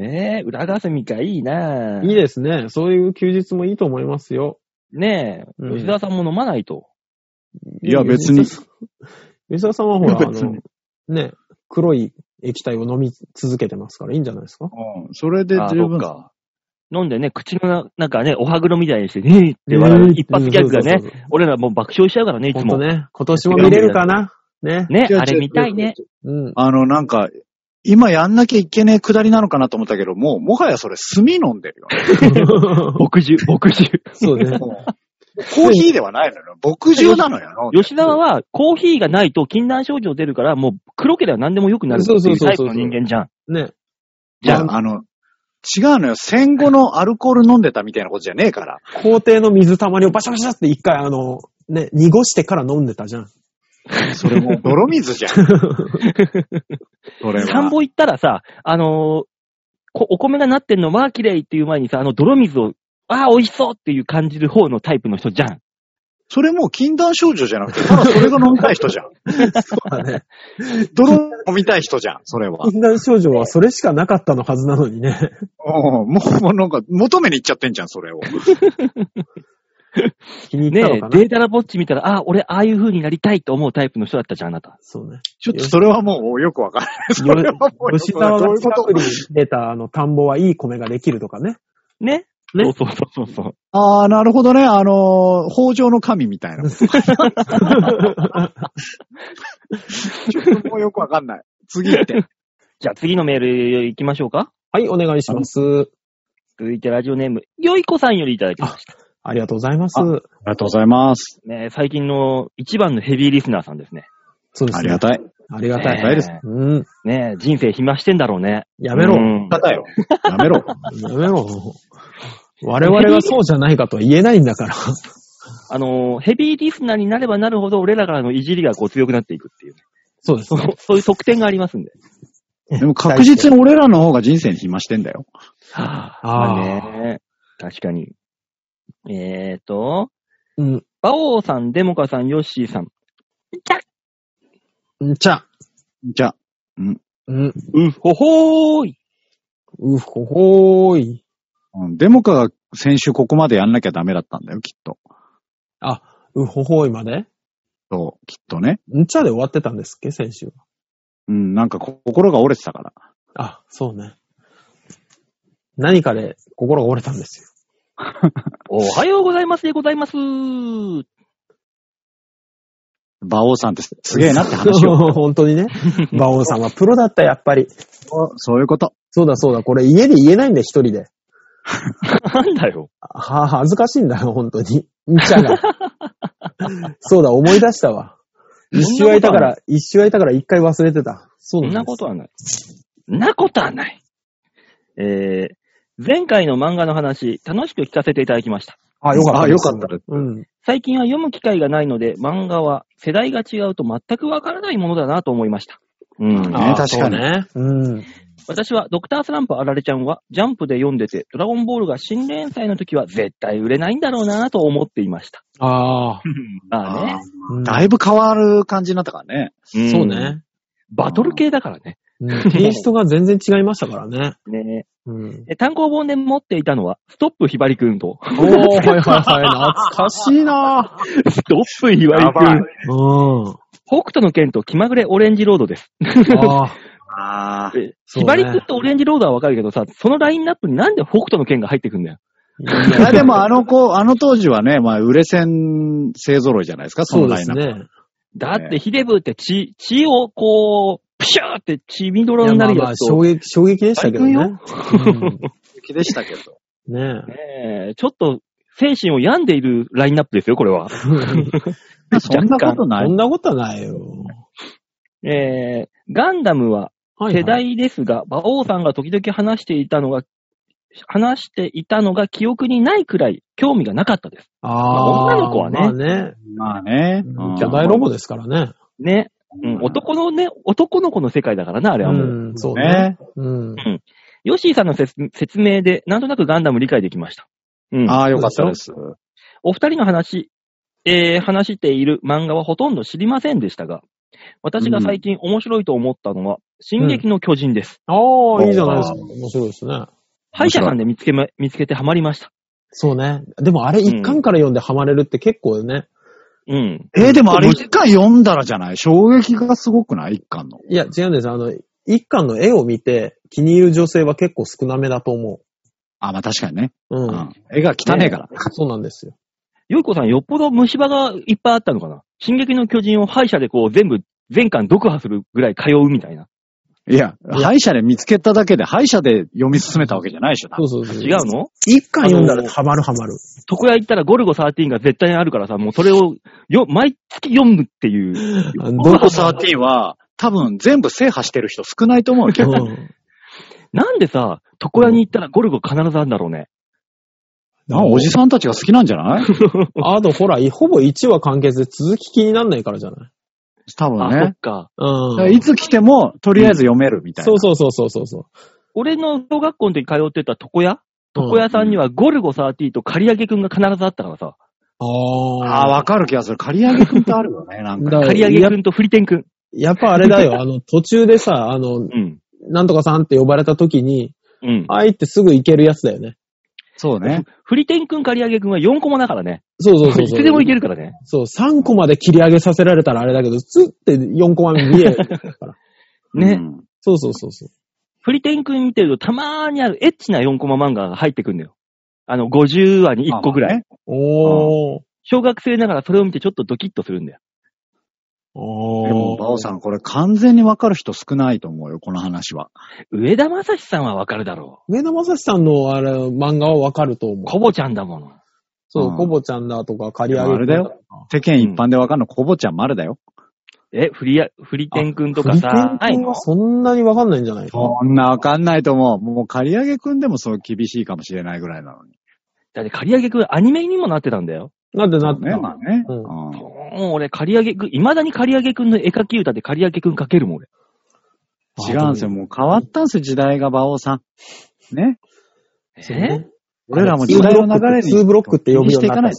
B: えー、裏霞か、いいない
C: いですね。そういう休日もいいと思いますよ。
B: ねえ、
C: うん
B: 吉沢さんも飲まないと。
D: いや、別に。。
C: 吉田さんはほら、あ
D: 別
C: の
D: に、
C: ね、黒い液体を飲み続けてますから、いいんじゃないですか
D: うん、それで
B: あ
D: 十
B: そ
D: 分
B: っ。か。飲んでね、口のななんかね、お歯黒みたいにして、ねえって笑う、一発ギャグがね、。俺らもう爆笑しちゃうからね、いつ
C: 本当
B: も。ね
C: ね、今年も見れるかなね。
D: 違う違う
B: あれ見たいね。
C: うん。
D: あの、なんか、今やんなきゃいけねえくだりなのかなと思ったけど、もう、もはやそれ、炭飲んでるよ。
B: 牧汁、牧汁。
C: そ うね。
D: コーヒーではないのよ。牧汁なの よ。
B: 吉沢はコーヒーがないと禁断症状出るから、もう黒ければ何でも良くなるって
C: そうそ
B: いうう
C: そう
B: タイ
C: そ
B: プの
C: う
B: 人間じゃん。
C: ね。
D: じゃ
C: ま
D: あ、あの、違うのよ。戦後のアルコール飲んでたみたいなことじゃねえから。
C: 皇帝の水たまりをバシャバシャって一回あの、ね、濁してから飲んでたじゃん。
D: それもう泥 水じゃん。それは。
B: 散歩行ったらさ、あのーこお米がなってんの、まあ綺麗っていう前にさ、あの泥水を、ああ、美味しそうっていう感じる方のタイプの人じゃん。
D: それもう禁断症状じゃなくて、ただそれが飲みたい人じゃ ん。
C: そうだね。
D: 泥飲みたい人じゃん、それ は。
C: 禁断症状はそれしかなかったのはずなのにね。
D: もう、もうなんか、求めに行っちゃってんじゃん、それを。
C: 気に入
B: ね
C: った
B: え
C: のか、な、
B: データラぼっち見たら、ああ、俺、ああいう風になりたいと思うタイプの人だったじゃん、あなた。
C: そうね。
D: ちょっとそれはもうよくわからない。それはもうよ
C: 吉
D: くわ
C: 沢
D: かん
C: が
D: ない。どういうこ
C: 近
D: と
C: くに出たあの田んぼはいい米ができるとか ね。
B: ね
D: ね
B: そうそうそうそうそう。
D: ああ、なるほどね。あのー、法上の神みたい な。ちょっともうよくわかんない。次行って。
B: じゃあ次のメール行きましょうか。
C: はい、お願いします。
B: 続いてラジオネーム、よいこさんよりいただきました。
C: ありがとうございます。
D: ありがとうございます。
B: ね、最近の一番のヘビーリスナーさんですね。
C: そうですね。
D: ありがたい。
C: ありがたい。
D: ねです
C: うん。
B: ね人生暇してんだろうね。
C: やめろ。
B: うん
D: 方よ。やめろ。
C: やめろ。我々がそうじゃないかとは言えないんだから。
B: あのー、ヘビーリスナーになればなるほど、俺らからのいじりがこう強くなっていくっていう、ね、
C: そうです
B: そ。のそういう特典がありますんで。
D: でも確実に俺らの方が人生に暇してんだよ。
B: は
C: あー
B: まあね。確かに。えーと、
C: うん。
B: バオさん、デモカさん、ヨッシーさん。じゃ
C: んちゃ。
D: じゃあ、
C: うん。
B: うほほーい。
C: うほほーい。
D: うんデモカが先週ここまでやんなきゃダメだったんだよ、きっと。
C: うほほーいまで
D: そう、きっとね。
C: んちゃで終わってたんですっけ先週は。
D: うん、なんかこ心が折れてたから。
C: あ、そうね。何かで心が折れたんですよ。
B: おはようございますでございます。ね
D: 馬王さんってすげえなって話を。
C: 本当にね。馬王さんはプロだった、やっぱり。
D: そういうこと。
C: そうだそうだ、これ家で言えないんだよ、一人で。
B: なんだよ。
C: は、恥ずかしいんだよ、本当に。ん ちゃが。そうだ、思い出したわ。一周空いたから、一周空いたから一回忘れてた。そ
B: そ
C: うん
B: な
C: な
B: ん
C: です
B: ことはない。そんなことはない。えー、前回の漫画の話、楽しく聞かせていただきました。
C: あ、よかった。
D: あよかったです
C: うん。
B: 最近は読む機会がないので、漫画は世代が違うと全くわからないものだなと思いました。うん。
D: あ確かに
C: ね。うん。
B: 私はドクタースランプあられちゃんはジャンプで読んでて、ドラゴンボールが新連載の時は絶対売れないんだろうなと思っていました。
C: ああ。
B: まあね。
C: うん
D: だいぶ変わる感じになったからね。
B: ん
C: そう。ね。
B: バトル系だからね。
C: うんテイストが全然違いましたからね。
B: ね
C: うん。
B: え単行本で持っていたのは、ストップひばりくん と、
C: おー、はいはいはい。懐かしいな
B: ストップひばりくん、
C: うん。
B: 北斗の剣と気まぐれオレンジロードです。
C: ああ。
D: ああ。
B: え
C: そ
B: ひ
C: うね
B: ばりくんとオレンジロードはわかるけどさ、そのラインナップになんで北斗の剣が入ってくんだよ。
D: い や、でもあの子、あの当時はね、まあ、売れ線勢揃いじゃないですか、そ
C: そ
D: の
C: うで
D: ライン
C: す
D: ナップ。
C: ね。
B: だってヒデブって血、血をこう、プシューって血みどろ
C: いや
B: にな
C: まあ
B: る
C: ま
B: や
C: あ、
B: つ
C: 衝
B: と、
C: 撃、衝撃でしたけどね。
D: 素敵でした けど。
C: うんね
B: ねえちょっと精神を病んでいるラインナップですよ、これは。
D: まあそんなことな
C: そ
D: い
C: ん。なことはないよ。
B: えー、ガンダムは
C: はいはい
B: 世代ですが、馬王さんが時々話していたのが、話していたのが記憶にないくらい興味がなかったです。
C: あー
B: 女の子はね
C: まあね。
D: まあね。うん
C: 巨大ロボですからね。
B: ね。うん、男のね、男の子の世界だからな、あれはもう。
C: うん、そうね。
D: ね。
C: うん。
B: ヨッシーさんの説説明で、なんとなくガンダム理解できました。うん。
D: ああ、よかったです。
B: お二人の話、えー、話している漫画はほとんど知りませんでしたが、私が最近面白いと思ったのは、進撃の巨人です。
C: ああ、いいじゃないですか。
D: あ
C: 面白いですね。
B: 歯医者さんで見つけま、見つけてハマりました。
C: そうね。でもあれ一巻から読んでハマれるって結構ね。
B: うん。
D: えーでもあれ一巻読んだらじゃない衝撃がすごくない一巻の。
C: いや、違うんです。あの、一巻の絵を見て気に入る女性は結構少なめだと思
D: あ、まあ確かにね。
C: う。う。
D: うんん。絵が汚ねえから。
C: そうなんですよ。
B: よいこさん、よっぽど虫歯がいっぱいあったのかな進撃の巨人を歯医者でこう、全部、全巻読破するぐらい通うみたいな。
D: いや、
C: いや
D: 歯医者で見つけただけで、歯医者で読み進めたわけじゃないでしょ。多
C: そ
D: 分
C: うそうそう。
B: 違うの
C: 一巻読んだらハマるハマる。
B: 床屋行ったらゴルゴ13が絶対にあるからさ、もうそれを、よ、毎月読むっていう。
C: あの
D: ゴルゴ13は、多分全部制覇してる人少ないと思うけど。
C: うん
B: なんでさ、床屋に行ったらゴルゴ必ずあるんだろうね。
D: なんかおじさんたちが好きなんじ ゃない
C: あとほら、ほぼ1話完結で続き気になんないからじゃない
D: 多分
B: あ、そっ
D: ね。
B: か。
D: だ
C: う
D: から
C: ん。
D: いつ来ても、とりあえず読めるみたいな。
C: そうそうそうそうそうそう。
B: 俺の小学校の時通ってた床屋
C: うん
B: 床屋さんにはゴルゴ13と刈り上げくんが必ずあったからさ。
D: ああ、
C: ああ。
D: わかる気がする。刈り上げくんってあるよ ね、なんか。
C: だから
B: 刈り上げくんとフリテンくん。
C: やっぱあれだ よ、あの、途中でさ、あの、
B: うん。
C: なんとかさんって呼ばれた時に、
B: うん。
C: あいってすぐ行けるやつだよね。
D: そうね。
B: フリテンくん刈り上げくんは4コマだからね。
C: そうそうそう
B: い
C: そう。
B: つでもいけるからね。
C: そう、3個まで切り上げさせられたらあれだけど、つって4個まで見える から。
B: ね。
D: うん
C: そうそうそうそう。
B: フリテン君見てると、たまーにあるエッチな4コマ漫画が入ってくんだよ。あの、50話に1個ぐらい。。
C: おー。
B: 小学生ながらそれを見てちょっとドキッとするんだよ。
C: お
D: まあねでも、バオさ
C: ん。
D: ん、これ完全にわかる人少ないと思うよ、この話は。
B: 上田正史さんはわかるだろ
C: 上野正史さんのあれ、漫画はわかると思
B: う。
C: う。
B: コボちゃんだもの。
C: そうう、
D: ん
C: コボちゃんだとか借り上げ
D: あれだ
C: 君
D: よ。世間一般でわかるの、コボちゃん丸だよ。
B: え、フリア、フリテン君とか
C: フリテ
B: さ
C: ン、
B: ない
C: 君
B: の
C: はそんなにわかんないんじゃないか
D: そんなわかんないと思う。もう、刈り上げくんでもそう厳しいかもしれないぐらいなのに。
B: だって、刈り上げくんアニメにもなってたんだよ。
C: なんでなって
D: ね、まあね。
C: う
D: うん
B: もう俺、刈り上げくん、未だに刈り上げくんの絵描き歌で刈り上げくん描けるもん、俺。
D: 違うんですよ。もう変わったんですよ、時代が、馬王さん。ね。
C: そうね
B: え
D: 俺らも時代の流れに。
C: ツーブロックって呼ぶようになった
D: 気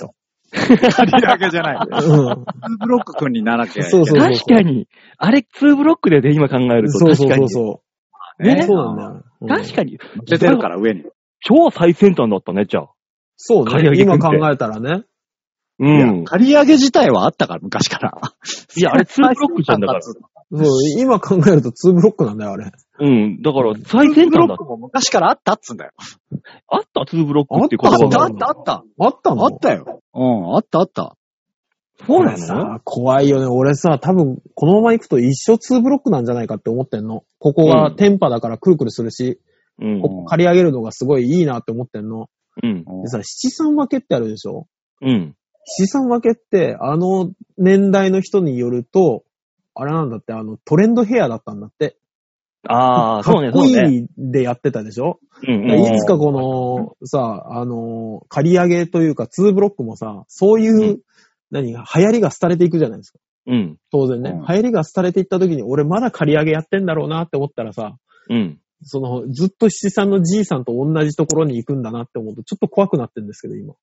D: していかないと。刈り上げじゃ ない。
C: うん。
D: ツーブロックくんにならなきゃいけない。
C: そうそう
B: 確かに。あれ、ツーブロックでね、今考えると。
C: そう
B: 確
C: そう
B: か
C: そう
B: に。
C: そう。
B: ね
C: そうなんだよ。うん
B: 確かに。
D: 出てるから、上に。
B: 超最先端だったね、じゃあ。
C: そう
B: 刈り上
C: ね。
B: げ君っ
C: 今
B: て
C: 考えたらね。
B: う
D: いや
B: ん。
D: 刈り上げ自体はあったから、昔から。
B: いや、あれツーブロックじゃんだから。
C: そう、今考えるとツーブロックなんだよ、あれ。
B: うん。だから、最先
D: ブロ
B: 端だ
D: ッ。クも昔からあったっつうんだよ。
B: あった、ツーブロックっていう言
C: あ
D: あ
B: 葉
D: った
B: が
C: あ
D: あっ
C: ったた
D: あった。
C: あったの
D: あったよ。うん、あったあった。
B: そうな
C: これ
B: の
C: さ、怖いよね。俺さ、多分、このまま行くと一生ツーブロックなんじゃないかって思ってんの。ここは
B: うん
C: テンパだからクルクルするし、
B: うん
C: こ。こ借り上げるのがすごいいいなって思ってんの。
B: うん。
C: でさ、七三分けってあるでしょ
B: うん。
C: 七三分けって、あの年代の人によると、あれなんだって、あの、トレンドヘアだったんだって。
B: ああ、そうね、
C: か
B: そ
C: っこ
B: う
C: い
B: ね。
C: いでやってたでしょ、
B: うん。
C: だから
B: うん
C: いつかこの、さ、あの、借り上げというか、ツーブロックもさ、そういう、
B: うん
C: 何、流行りが廃れていくじゃないですか。
B: うん。
C: 当然ね、
D: うん
C: 流行りが廃れていった時に、俺まだ借り上げやってんだろうなって思ったらさ、
B: うん。
C: その、ずっと七三のじいさんと同じところに行くんだなって思うと、ちょっと怖くなってんですけど、今。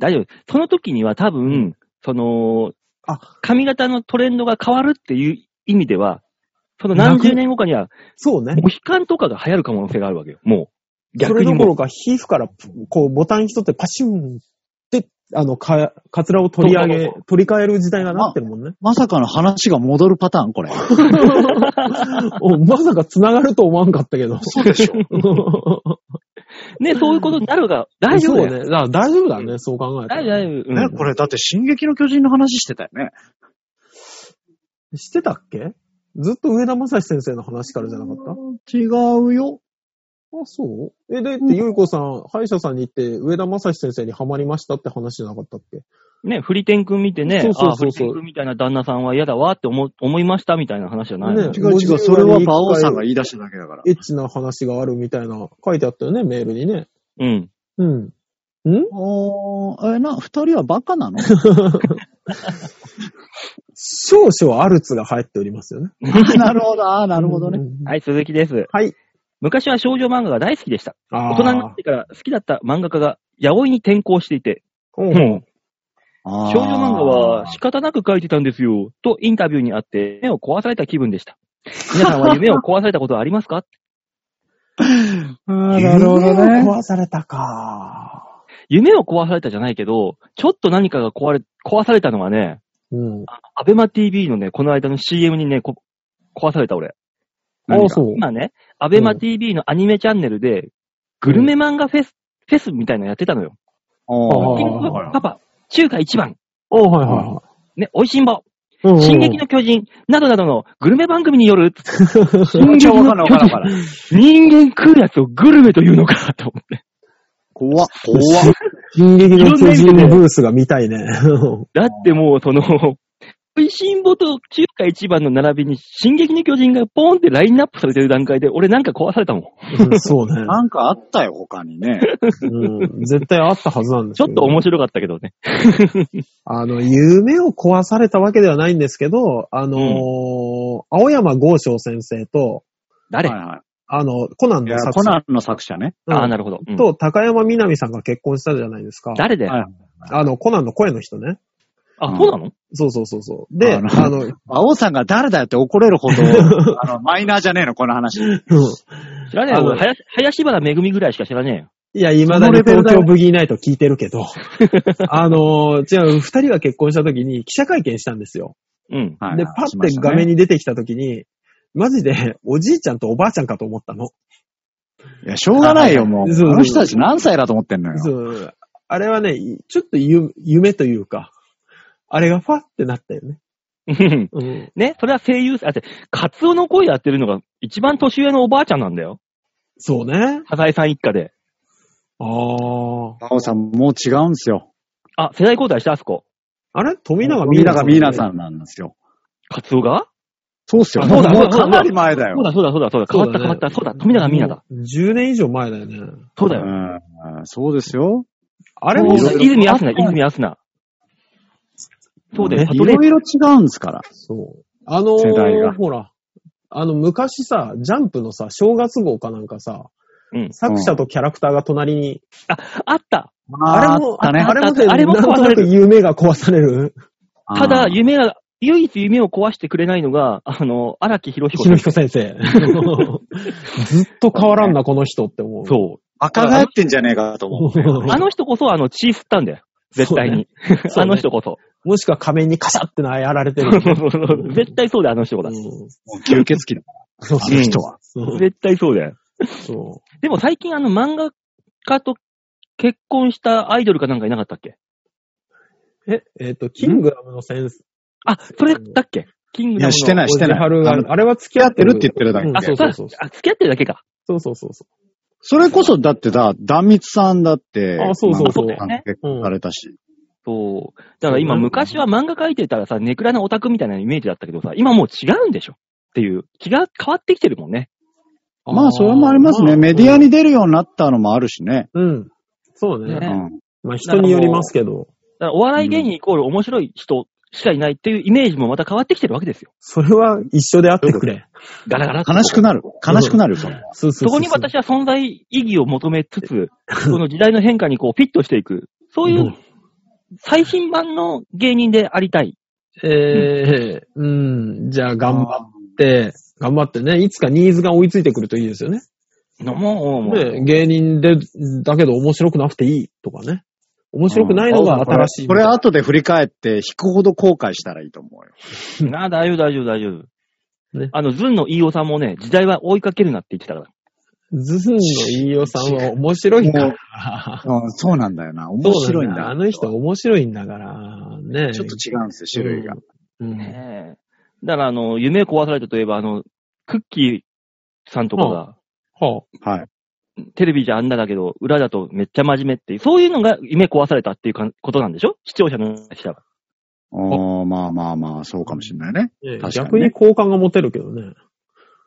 B: 大丈夫。その時には多分、その、
C: あ
B: 髪型のトレンドが変わるっていう意味では、その何十年後かには、
C: そうね。
B: モヒカンとかが流行る可能性があるわけよ。もう。
C: そ
B: 逆
C: れ
B: に
C: どこ
B: も
C: ろ
B: う。
C: か、皮膚から、こう、ボタン一つでパシュンって、あの、か、かつらを取り上
B: そうそ
C: げ
B: うそ、
C: 取り替える時代がなってるもんね。
D: まさかの話が戻るパターン、これ。
C: おまさか繋がると思わんかったけど。
D: そうでし ょ。
B: ね、そういうことになるが、大丈夫
C: そう
B: だよ。
C: ね。だから大丈夫だね、そう考えたら。
B: 大丈夫、大丈
D: ね、
B: 夫。
D: これだって進撃の巨人の話してたよね。
C: してたっけずっと上田正史先生の話からじゃなかった
D: 違うよ。
C: あ、そうえ、だって、ゆいこさん、歯医者さんに行って、上田正史先生にハマりましたって話じゃなかったっけ
B: うん。ね、フリテン君見てね
C: そう、
B: あ
C: そ
B: あ、
C: う
B: フ
C: そう
B: リ
C: そ
B: テ
C: う
B: ン君みたいな旦那さんは嫌だわって思、思いましたみたいな話じゃないの
C: ね
D: 違う違う、それは馬王さんが言い出しただけだから。
C: エッチな話があるみたいな、書いてあったよね、メールにね。
B: うん。
C: うん。ん
D: おー、え、な、二人はバカなの
C: 少々アルツが入っておりますよね。
D: なるほど、あーなるほど
C: う
D: ね。
C: ん。
B: はい、鈴木です。
C: はい。
B: 昔は少女漫画が大好きでした。
C: あ
B: 大
C: あ
B: 人になってから好きだった漫画家が八百屋に転校していて、
C: うん
B: うん
D: あー
B: 少女漫画は仕方なく描いてたんですよ、とインタビューにあって、目を壊された気分で した。皆さんは夢を壊されたことはありますか
D: あーなるほど
C: 夢
D: ね。
C: を壊されたか。
B: 夢を壊されたじゃないけど、ちょっと何かが壊れ、壊されたのはね、
C: うん。
B: アベマ TV のね、この間の CM にね、こ壊された俺。
C: ああ、そう。
B: 今ね、アベマ TV のアニメチャンネルで、グルメ漫画フェス、フェスみたいなのやってたのよ。
D: お
C: あー
B: キングパパ、中華一番、
C: ああ、はいはいは
B: ね、美味しんぼ、
C: いうん。
B: 進撃の巨人、などなどのグルメ番組によ る、
D: ー。めっちゃわかんないわかんないわかんない。
B: 人間食うやつをグルメというのか、と思って。
D: 怖っ。怖っ。
C: 進撃の巨
B: いろんな意味
C: 人
B: で
C: ブースが見たいね。
B: だってもう、その、食いしん坊と中華一番の並びに、進撃の巨人がポーンってラインナップされてる段階で、俺なんか壊されたもん。
C: うんそうね。
D: なんかあったよ、他にね。
C: うん絶対あったはずなんです
B: ちょ
C: け
B: っ
C: ど
B: と面白かったけどね。
C: あの、夢を壊されたわけではないんですけど、あのー青山豪昌先生と、
B: 誰、
D: はいは
C: あの、コナン
D: い。いや
C: の、作
D: コ
C: 者
D: ナンの作者ね。
C: うん
B: ああ、なるほど。うん
C: と高山みなみさんが結婚したじゃないですか。
B: 誰だよ。
D: はい
C: あの、コナンの声の人ね。
B: あ、そうなの
C: そうそうそうそう。で、あ
D: あ
C: の
D: の、あ王さんが誰だよって怒れるほど、あの、マイナーじゃねえの、この話。
C: うん
B: 知らねえよ。
C: あの
B: 俺林林原めぐみぐらいしか知らねえよ。
C: いや、未だに東京ブギーナイト聞いてるけど、 あのー、違う、二人が結婚した時に記者会見したんですよ。
B: うん。
D: はい
C: で、パッて画面
D: に。
C: に出てきた時に、マジで、おじいちゃんとおばあちゃんかと思ったの。
D: いや、しょうがないよ、もう。
C: そうそう
D: あの人たち何歳だと思ってんのよ。
C: そう。あれはね、ちょっとゆ夢というか、あれがファってなったよね。うん。
B: ね、それは声優、あ、てカツオの声やってるのが一番年上のおばあちゃんなんだよ。
C: そうね。
B: サザエさん一家で。
C: ああ。
D: 馬王さん、もう違うんですよ。
B: あ、世代交代したあそこ。
C: あれ富永
D: ミーナがミーナ
C: ん。
D: さんなんですよ。
B: カツオが
D: そうっすよ。
B: あそうだ
D: も
B: そうだ
D: かなり前だ
B: そう
D: よ。
B: だそうだそうだそうだ。変わった変わった。そうだ、富永美奈だ。
C: もう。10年以上前だよね。
B: そうだ
D: う
B: よ。
D: んうんそうですよ。
C: あれ
D: も
C: も
D: ういろい、ろ
B: 泉安奈、泉安奈。そうだよ。
D: ね
B: パ
D: い
B: トレ
D: ろ
B: ー
D: いろ違うんですから。
C: そう。あのー
D: 世代が
C: ほら、あの、昔さ、ジャンプのさ、正月号かなんかさ、
B: うん
C: 作者とキャラクターが隣に、
B: あった。
C: あれも、
D: あったね。
C: あれもね、
B: あれも
C: なんとなく夢が壊される、
B: ただ、
D: あー
B: 夢が、唯一夢を壊してくれないのが、あの、荒木博
C: ひろ
B: 彦
C: ひこ先生。ずっと変わらんな、この人って思 う。
B: そ
D: 赤返ってんじゃねえかと思って。
B: う。あの人こそ、あの、血吸ったんだよ。絶対に。
C: そう
B: あ
C: ね
B: の人こそ。
C: もしくは仮面にカシャってなやられてる。
B: 絶対そうだよ、あの人だ。
C: うん
D: もう吸血鬼だ。
C: そう
D: あの人は。
C: そう
B: 絶対そうだよ。
C: そ
B: でも最近あの漫画家と結婚したアイドルかなんかいなかったっけ
C: う。え、えっ、と、キングダムの先生。
B: あ、それだっけキングダ
D: い
B: ムの
D: や、してない、してな
C: 小
D: い。
C: 路春が
D: あの
C: あれは付き合ってる
D: 付き合ってるって言ってるだ
B: あ、
D: け
B: そ
C: うん
B: う
C: そう
B: だ
C: そうそ
B: あ、付き合ってるだけか。
C: う。そうそうそう。
D: それこそ、だってだ、壇蜜さんだって、
C: あそうそうそう
D: まあ結婚されたし。
B: そう。だから今
C: そう
B: 昔は漫画描いてたらさ、ネクラのオタクみたいなイメージだったけどさ、今もう違うんでしょっていう。違う、変わってきてるもんね。
D: まあ、それもありますね。
C: あー
D: メディアに出るようになったのもあるしね。
C: うん。そうね。
B: ね
D: うん
C: まあ人によりますけど、
B: だからお笑い芸人イコール面白い人しかいないっていうイメージもまた変わってきてるわけですよ。
C: それは一緒であってくれ。
B: ガラガラっと
D: 悲しくなる。悲しくなるよ、それ。
C: そうそ
B: そこに私は存在意義を求めつ つ、その時代の変化にこうフィットしていく。そういううん最新版の芸人でありたい。
C: えー、うん、じゃあ頑張って、頑張ってね、いつかニーズが追いついてくるといいですよね。
B: のも、もう
C: ね芸人で、だけど面白くなくていいとかね。面白くないのが新しい。
D: これ後で振り返って、引くほど後悔したらいいと思うよ。
B: なあ、大丈夫、大丈夫、大丈夫。
C: ね
B: あの、ズンの飯尾さんもね、時代は追いかけるなって言ってたから。
C: ズズンの飯尾さんは面白いから。
D: うんそうなんだよな。面白いんだ。
C: あの人面白いんだから。ね
D: ちょっと違うんですよ、種類が。。
C: うんうん
B: ねえ。だから、あの、夢壊されたといえば、あの、クッキーさんとかが、
C: はあ
D: はい。
B: テレビじゃあんなだけど、裏だとめっちゃ真面目っていう、そういうのが夢壊されたっていうかことなんでしょ視聴者の人は。
D: おーまあまあまあ、そうかもしれないね。
C: ね
D: 確かにね
C: 逆に好感が持てるけどね。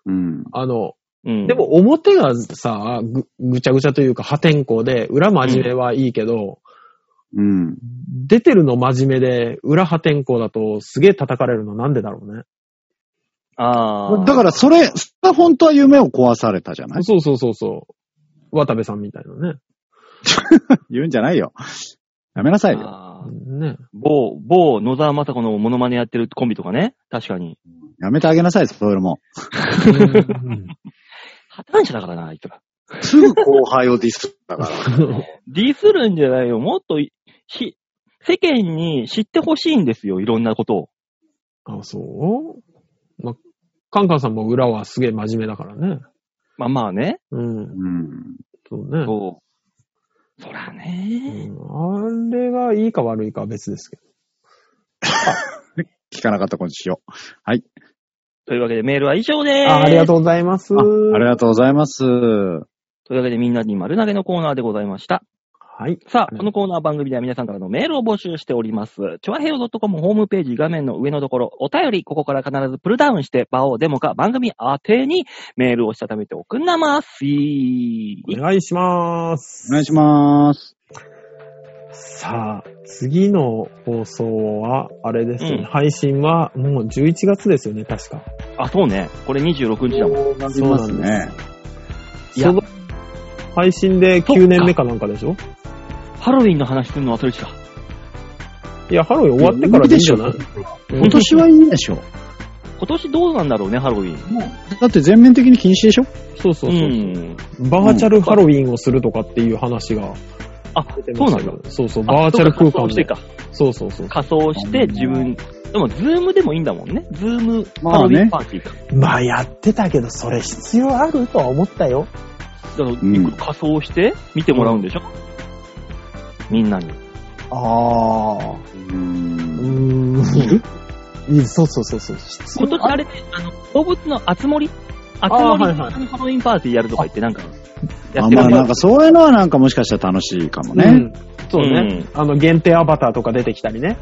D: うん。
C: あの、
B: うん。
C: でも、表がさ、ぐぐちゃぐちゃというか破天荒で、裏真面目はいいけど、
D: うん。
C: 出てるの真面目で、裏破天荒だとすげえ叩かれるのなんでだろうね。
B: ああ。
D: だからそれ、それ本当は夢を壊されたじゃない
C: そうそうそうそう。渡部さんみたいなね。
D: 言うんじゃないよ。やめなさいよ。
B: あー
C: ね。
B: 某、某野沢雅子のモノマネやってるコンビとかね。確かに。
D: やめてあげなさい、そういうのも。
B: 破綻者だからな、あいつら。
D: すぐ後輩をディスったから。
B: ディスるんじゃないよ。もっとい、ひ、世間に知ってほしいんですよ。いろんなことを。
C: あ、そうまあ、カンカンさんも裏はすげえ真面目だからね。
B: まあまあね。
C: うん。
D: うん。
C: そうね。
B: そう。そらね。
C: うんあれがいいか悪いかは別ですけど。
D: 聞かなかったことにしよう。
B: というわけでメールは以上でーす。
C: あありがとうございます。
D: あありがとうございます。
B: というわけでみんなに丸投げのコーナーでございました。
C: はい。
B: さあ、このコーナー番組では皆さんからのメールを募集しております。ちょわへよ .com ホームページ画面の上のところ、お便り、ここから必ずプルダウンして、場をデモか番組宛てにメールをしたためておくんなまーすい
C: お願いします。
D: お願いします。
C: さあ、次の放送は、あれですよね、
B: うん
C: 配信はもう11月ですよね、確か。
B: あ、そうね。これ26日だもん。
D: なりますね。
B: いや
C: その配信で
B: そっか
C: 9年目かなんかでしょ
B: ハロウィンの話するの忘れてた。
C: いや、ハロウィン終わってからでいいんじゃない
D: 今年はいいでしょう。
B: 今年どうなんだろうね、ハロウィン。
D: だって全面的に禁止でしょ
C: そうそうそう、
B: ん。
C: バーチャルハロウィンをするとかっていう話が
B: あ、
C: 出て
B: そ
C: ま
B: う
C: し
B: な
C: たけ
B: んだ
C: ど。。そうそう、
B: あ
C: バーチャル空間
B: そうか仮装して
C: で。
B: か。
C: そうそうそう。
B: 仮装して自分、でも、ズームでもいいんだもんね。ズーム、
D: ま
B: ハロ
D: あ
B: ウ
D: ね
B: ィンパーティーか。
C: まあやってたけど、それ必要あるとは思ったよ。
B: だから、
D: ん
B: 仮装して見てもらうんでしょ、みんなに。
C: ああ。う
D: う
C: ー
D: ん。
C: ん。いいそうそうそうそう。必
B: 今年
C: 要あ
B: あれね、あの、動物の集まり集
C: あ
B: ま
C: ーは
B: り
C: いはい
B: のハロウィンパーティーやるとか言って、なんか、や
D: あ
B: って
D: まあ
B: る
D: なんかそういうのはなんかもしかしたら楽しいかも
C: う
D: ね。
C: んそうね、あの、限定アバターとか出てきたりね。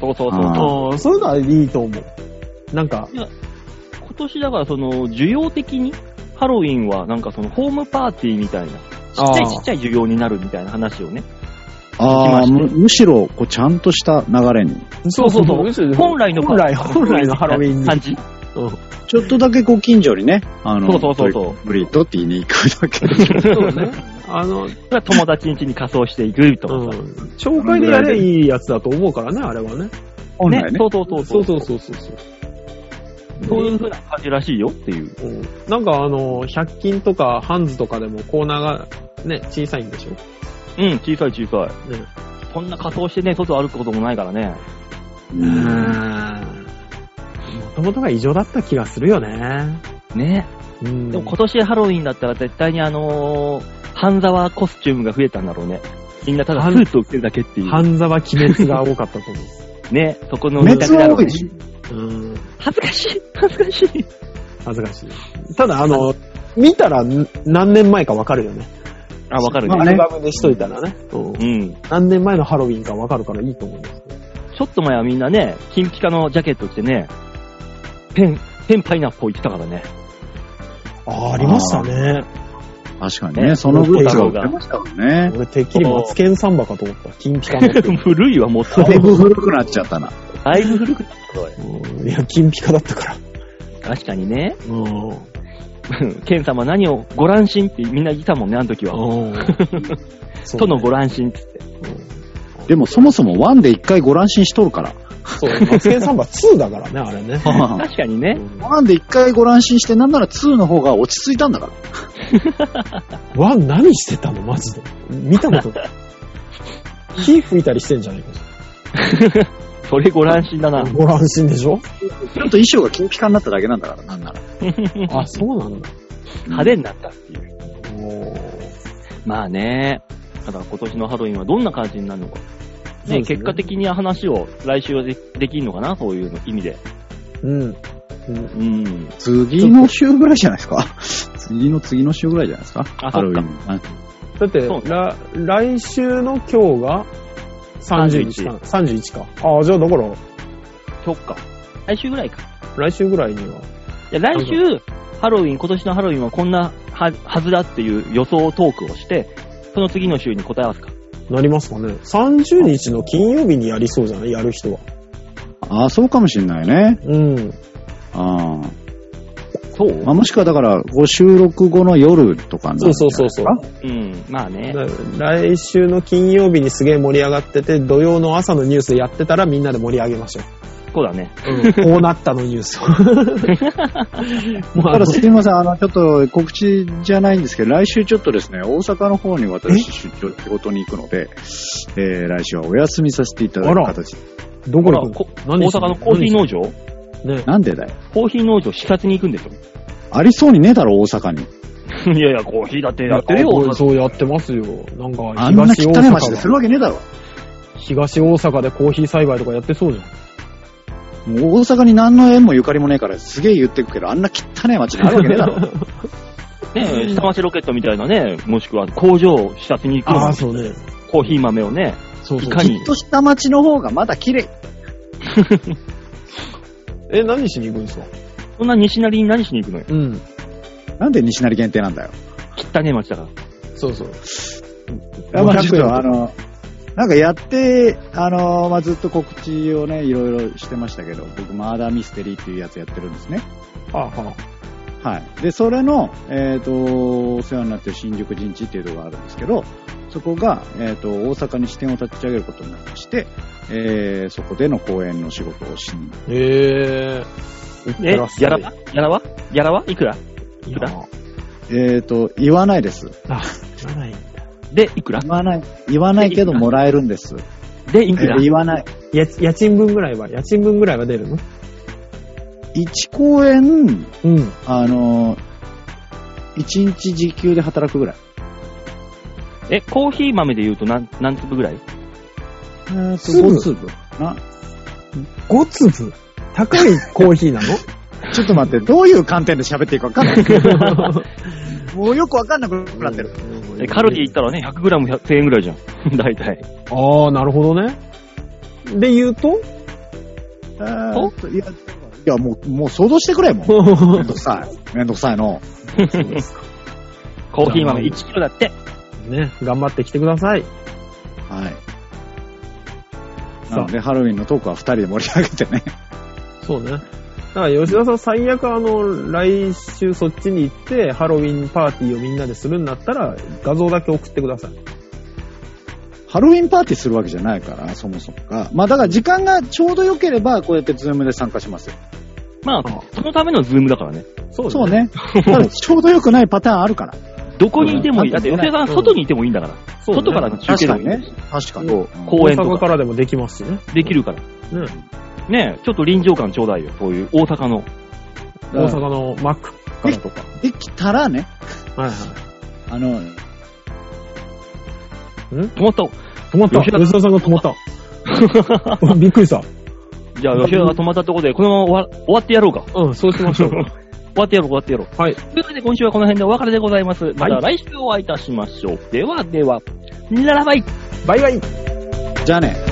B: そうそうそう。
D: あー
C: ああ、そういうのはいいと思う。なんか、
B: 今年だから、その、需要的に、ハロウィンは、なんかその、ホームパーティーみたいな、ちっちゃいちっちゃい需要になるみたいな話をね。
D: ああ、
B: 行きま
D: むむしろ、こう、ちゃんとした流れに。
C: そうそうそう。
B: 本来の
C: 本来、本来のハロウ ィンに。
B: 感じ
D: ちょっとだけ、こう、近所にね、あの、
B: そうそうそうそう
D: ブリブリートって言いに行くだけ。
C: そうね。あの、うん。
B: が友達ん家に仮装していくとかさ。
C: 紹介でやればいいやつだと思うからね、あれはね。
D: 本
B: ね
D: 来、ね。
B: そうそうそうそう。
C: そうそうそうそう。
B: そういう風な感じらしいよっていう。
C: うんなんかあの、100均とかハンズとかでもコーナーがね、小さいんでしょ
B: うん、小さい小さい。
C: ね
B: そんな仮装してね、外歩くこともないからね。
D: うん
C: もともとが異常だった気がするよね。
B: ね。
C: うん
B: でも今年ハロウィンだったら絶対にあのー、半沢コスチュームが増えたんだろうね。みんなただスーツを着てるだけっていう。
C: 半沢鬼滅が多かったと思
B: ね、そこの
D: 熱は多
B: ね
D: いし。
C: う。うん。
B: 恥ずかしい、恥ずかしい。
C: 恥ずかしい。ただあの、見たらん何年前かわかるよね。
B: あ、わかるね。
D: まあね
C: アルバムでしといたらね。うん
B: うん。ち
C: 何年前のハロウィンかわかるからいいと思います。
B: ょっと前はみんなね、金ピカのジャケット着てね、ペン、ペンパイナップを着てたからね。
C: ああ、ありましたね。
D: 確かにね、そのグッズが売ってましたもんね。
C: 俺てっきりマツケンサンバかと思った。金ピカ の。
B: 古いわ、 もうそ
D: だ
B: れ
D: い。ぶ古くなっちゃったな。
B: だいぶ古くなったぞ。
C: うんいや、金ピカだったから。
B: 確かにね。
C: うん。
B: ケン様何をご乱心ってみんな言ってたもんね、あの時は。
C: そ
B: と
C: う
B: の
C: ね
B: ご乱心っつって。
D: でもそもそもワンで一回ご乱心しと るから。
C: そう、マツケンサンバ2だからね、あれね。
B: 確かにね。
D: ワンで一回ご乱心して、なんならツーの方が落ち着いたんだから。
C: ワン何してたのマジで。見たことない。火吹いたりしてんじゃないか。
B: それご乱心だな。
C: ご乱心でしょ
D: ちょっと衣装が金ピカになっただけなんだから、なんなら。
C: あ、そうなんだ。
B: 派手になったっていう。
C: おー
B: まあね。ただ今年のハロウィンはどんな感じになるのか。
C: そうです
B: ね、
C: ね
B: 結果的に話を来週はでできるのかな、そういうの意味で。
C: うん。うん
B: うん。
D: 次の週ぐらいじゃないですか。次の次の週ぐらいじゃないですか。
B: あ
D: ハロウィン
B: そ
C: だって
B: そう、
C: ら来週の今日が31かな。31か。ああ、じゃあだから、
B: そっか。来週ぐらいか。
C: 来週ぐらいに
B: い
C: は。
B: や、来週、ハロウィン、今年のハロウィンはこんなははずだっていう予想トークをして、その次の週に答え合わせか。
C: なりますかね。30日の金曜日にやりそうじゃないやる人は。
D: ああ、そうかもしんないね。
C: うん。
D: あー
B: そう
D: まあ。もしくはだから、ご収録後の夜とかにな
C: そ
D: るん
C: う
D: じゃ
C: そう
D: ない
C: そう
B: う
C: そう。
B: ん。まあね。
C: 来週の金曜日にすげえ盛り上がってて、土曜の朝のニュースやってたらみんなで盛り上げましょう。
B: そうだね。
C: こうなったのニュースを。 もうあの
D: ただすみません、あの、ちょっと告知じゃないんですけど、来週ちょっとですね、大阪の方に私出張、仕事に行くので、えー、来週はお休みさせていただ
C: あ
D: く
C: ら
D: 形で。
C: どこ
B: ほら、
C: に
B: こ
C: 行く
B: 大
C: 何して
B: 阪
C: んの
B: のコーヒー農場
C: のね
D: なんでだよ。
B: コーヒー農場視察に行くんですよ。
D: ありそうにねえだろ、大阪に。
B: いやいや、コーヒーだってやってるよ、
C: いや
B: 大
C: 僕
B: 阪
C: そうやってますよ。なんか
D: あんな
C: 東
D: 汚
C: 大
D: い
C: 阪
D: 街でする
C: が、
D: わけねえだろ。
C: 東大阪でコーヒー栽培とかやってそうじゃん。
D: もう大阪に何の縁もゆかりもねえから、すげえ言ってくけど、あんな汚い街にあるわけね え だろ。
B: ね、下町ロケットみたいなね、もしくは工場を視察に行くの
C: あ
B: に
C: あ、そうね。
B: コーヒー豆をね。
C: そう
B: い
C: そう
B: か。
D: きっ
B: に。
D: と下町の方がまだ綺麗。
C: え、何しに行くんですか
B: そんな西成に何しに行くのよ。
C: うん。
D: なんで西成限定なんだよ。
B: 汚ねえ町だから。
C: そうそう。
D: まあ、
C: 500
D: 実
C: 円
D: はあの、なんかやって、あの、まあ、ずっと告知をね、いろいろしてましたけど、僕、マーダーミステリーっていうやつやってるんですね。
B: はあは
D: はい。で、それの、えっ、と、お世話になってる新宿陣地っていうところがあるんですけど、そこが、えっ、と、大阪に支店を立ち上げることになりまして、えー、そこでの公演の仕事をしに。
C: えー。
B: え、やら
C: ば
B: はやらはやらはいくら
C: い
B: い
C: や
B: くら
D: えっ、と、言わないです。
C: あ、知らないんだ。
B: で、いくら
D: 言わない。言わないけどもらえるんです。
B: で、い
D: え
B: くら
D: ー言わない。
C: や、家賃分ぐらいは、家賃分ぐらいは出るの
D: 1公演、
C: うん。
D: あの、1日時給で働くぐらい。
B: え、コーヒー豆で言うと何、何粒ぐらい
D: えーと
C: 粒
D: 5粒な。
C: 5粒高いコーヒーなの
D: ちょっと待って、どういう観点で喋っていいか分かん ない。もうよく分かんなくなってる。
B: えカロリー言ったらね、100g1000 円ぐらいじゃん。 大体。
C: ああ、なるほどね。で言うと
D: えーっといや、いやもう、もう想像してくれ、もう。めんどくさい。めんどくさいの。
B: コーヒー豆 1kg だって。
C: ね、頑張ってきてください。
D: はい。
C: さあ
D: なので、ハロウィンのトークは二人で盛り上げてね。
C: そうね。だから吉田さん最悪あの、来週そっちに行って、ハロウィンパーティーをみんなでするんだったら、画像だけ送ってください。
D: ハロウィンパーティーするわけじゃないから、そもそもが。まあ、だから時間がちょうど良ければ、こうやってズームで参加しますよ。
B: まあ、そのためのズームだからね。
C: そうね。
D: そうね。 ただちょうど良くないパターンあるから。
B: どこにいてもいい。
D: うん
B: だって、吉田さん
C: うん
B: 外にいてもいいんだから。
C: そうね
B: 外からの中継で
D: 確か
B: もい
D: に
B: いんだ
D: ね
B: し。
D: 確かに。
B: そう
D: うん
B: 公園と
C: 大
B: か
C: 阪からでもできますしね。
B: できるから。
C: ね
B: ねえ、ちょっと臨場感ちょうだいよ。そういう大阪の。
C: 大阪のマックからとか。
D: できたらね、
C: はいはい。
D: あの、
B: 止まった。
C: 止まった。
B: 吉田
C: 吉田さんが止まった。 うんびっくりした。
B: じゃあ、吉田が止まったところで、このまま終わ終わってやろうか。
C: うん、そうしましょう。
B: 終わってやろう、終わってやろう。
C: はい。
B: というわけで、今週はこの辺でお別れでございます。また来週お会いいたしましょう。ではでは、ならばい
C: バイバイ
D: じゃあね。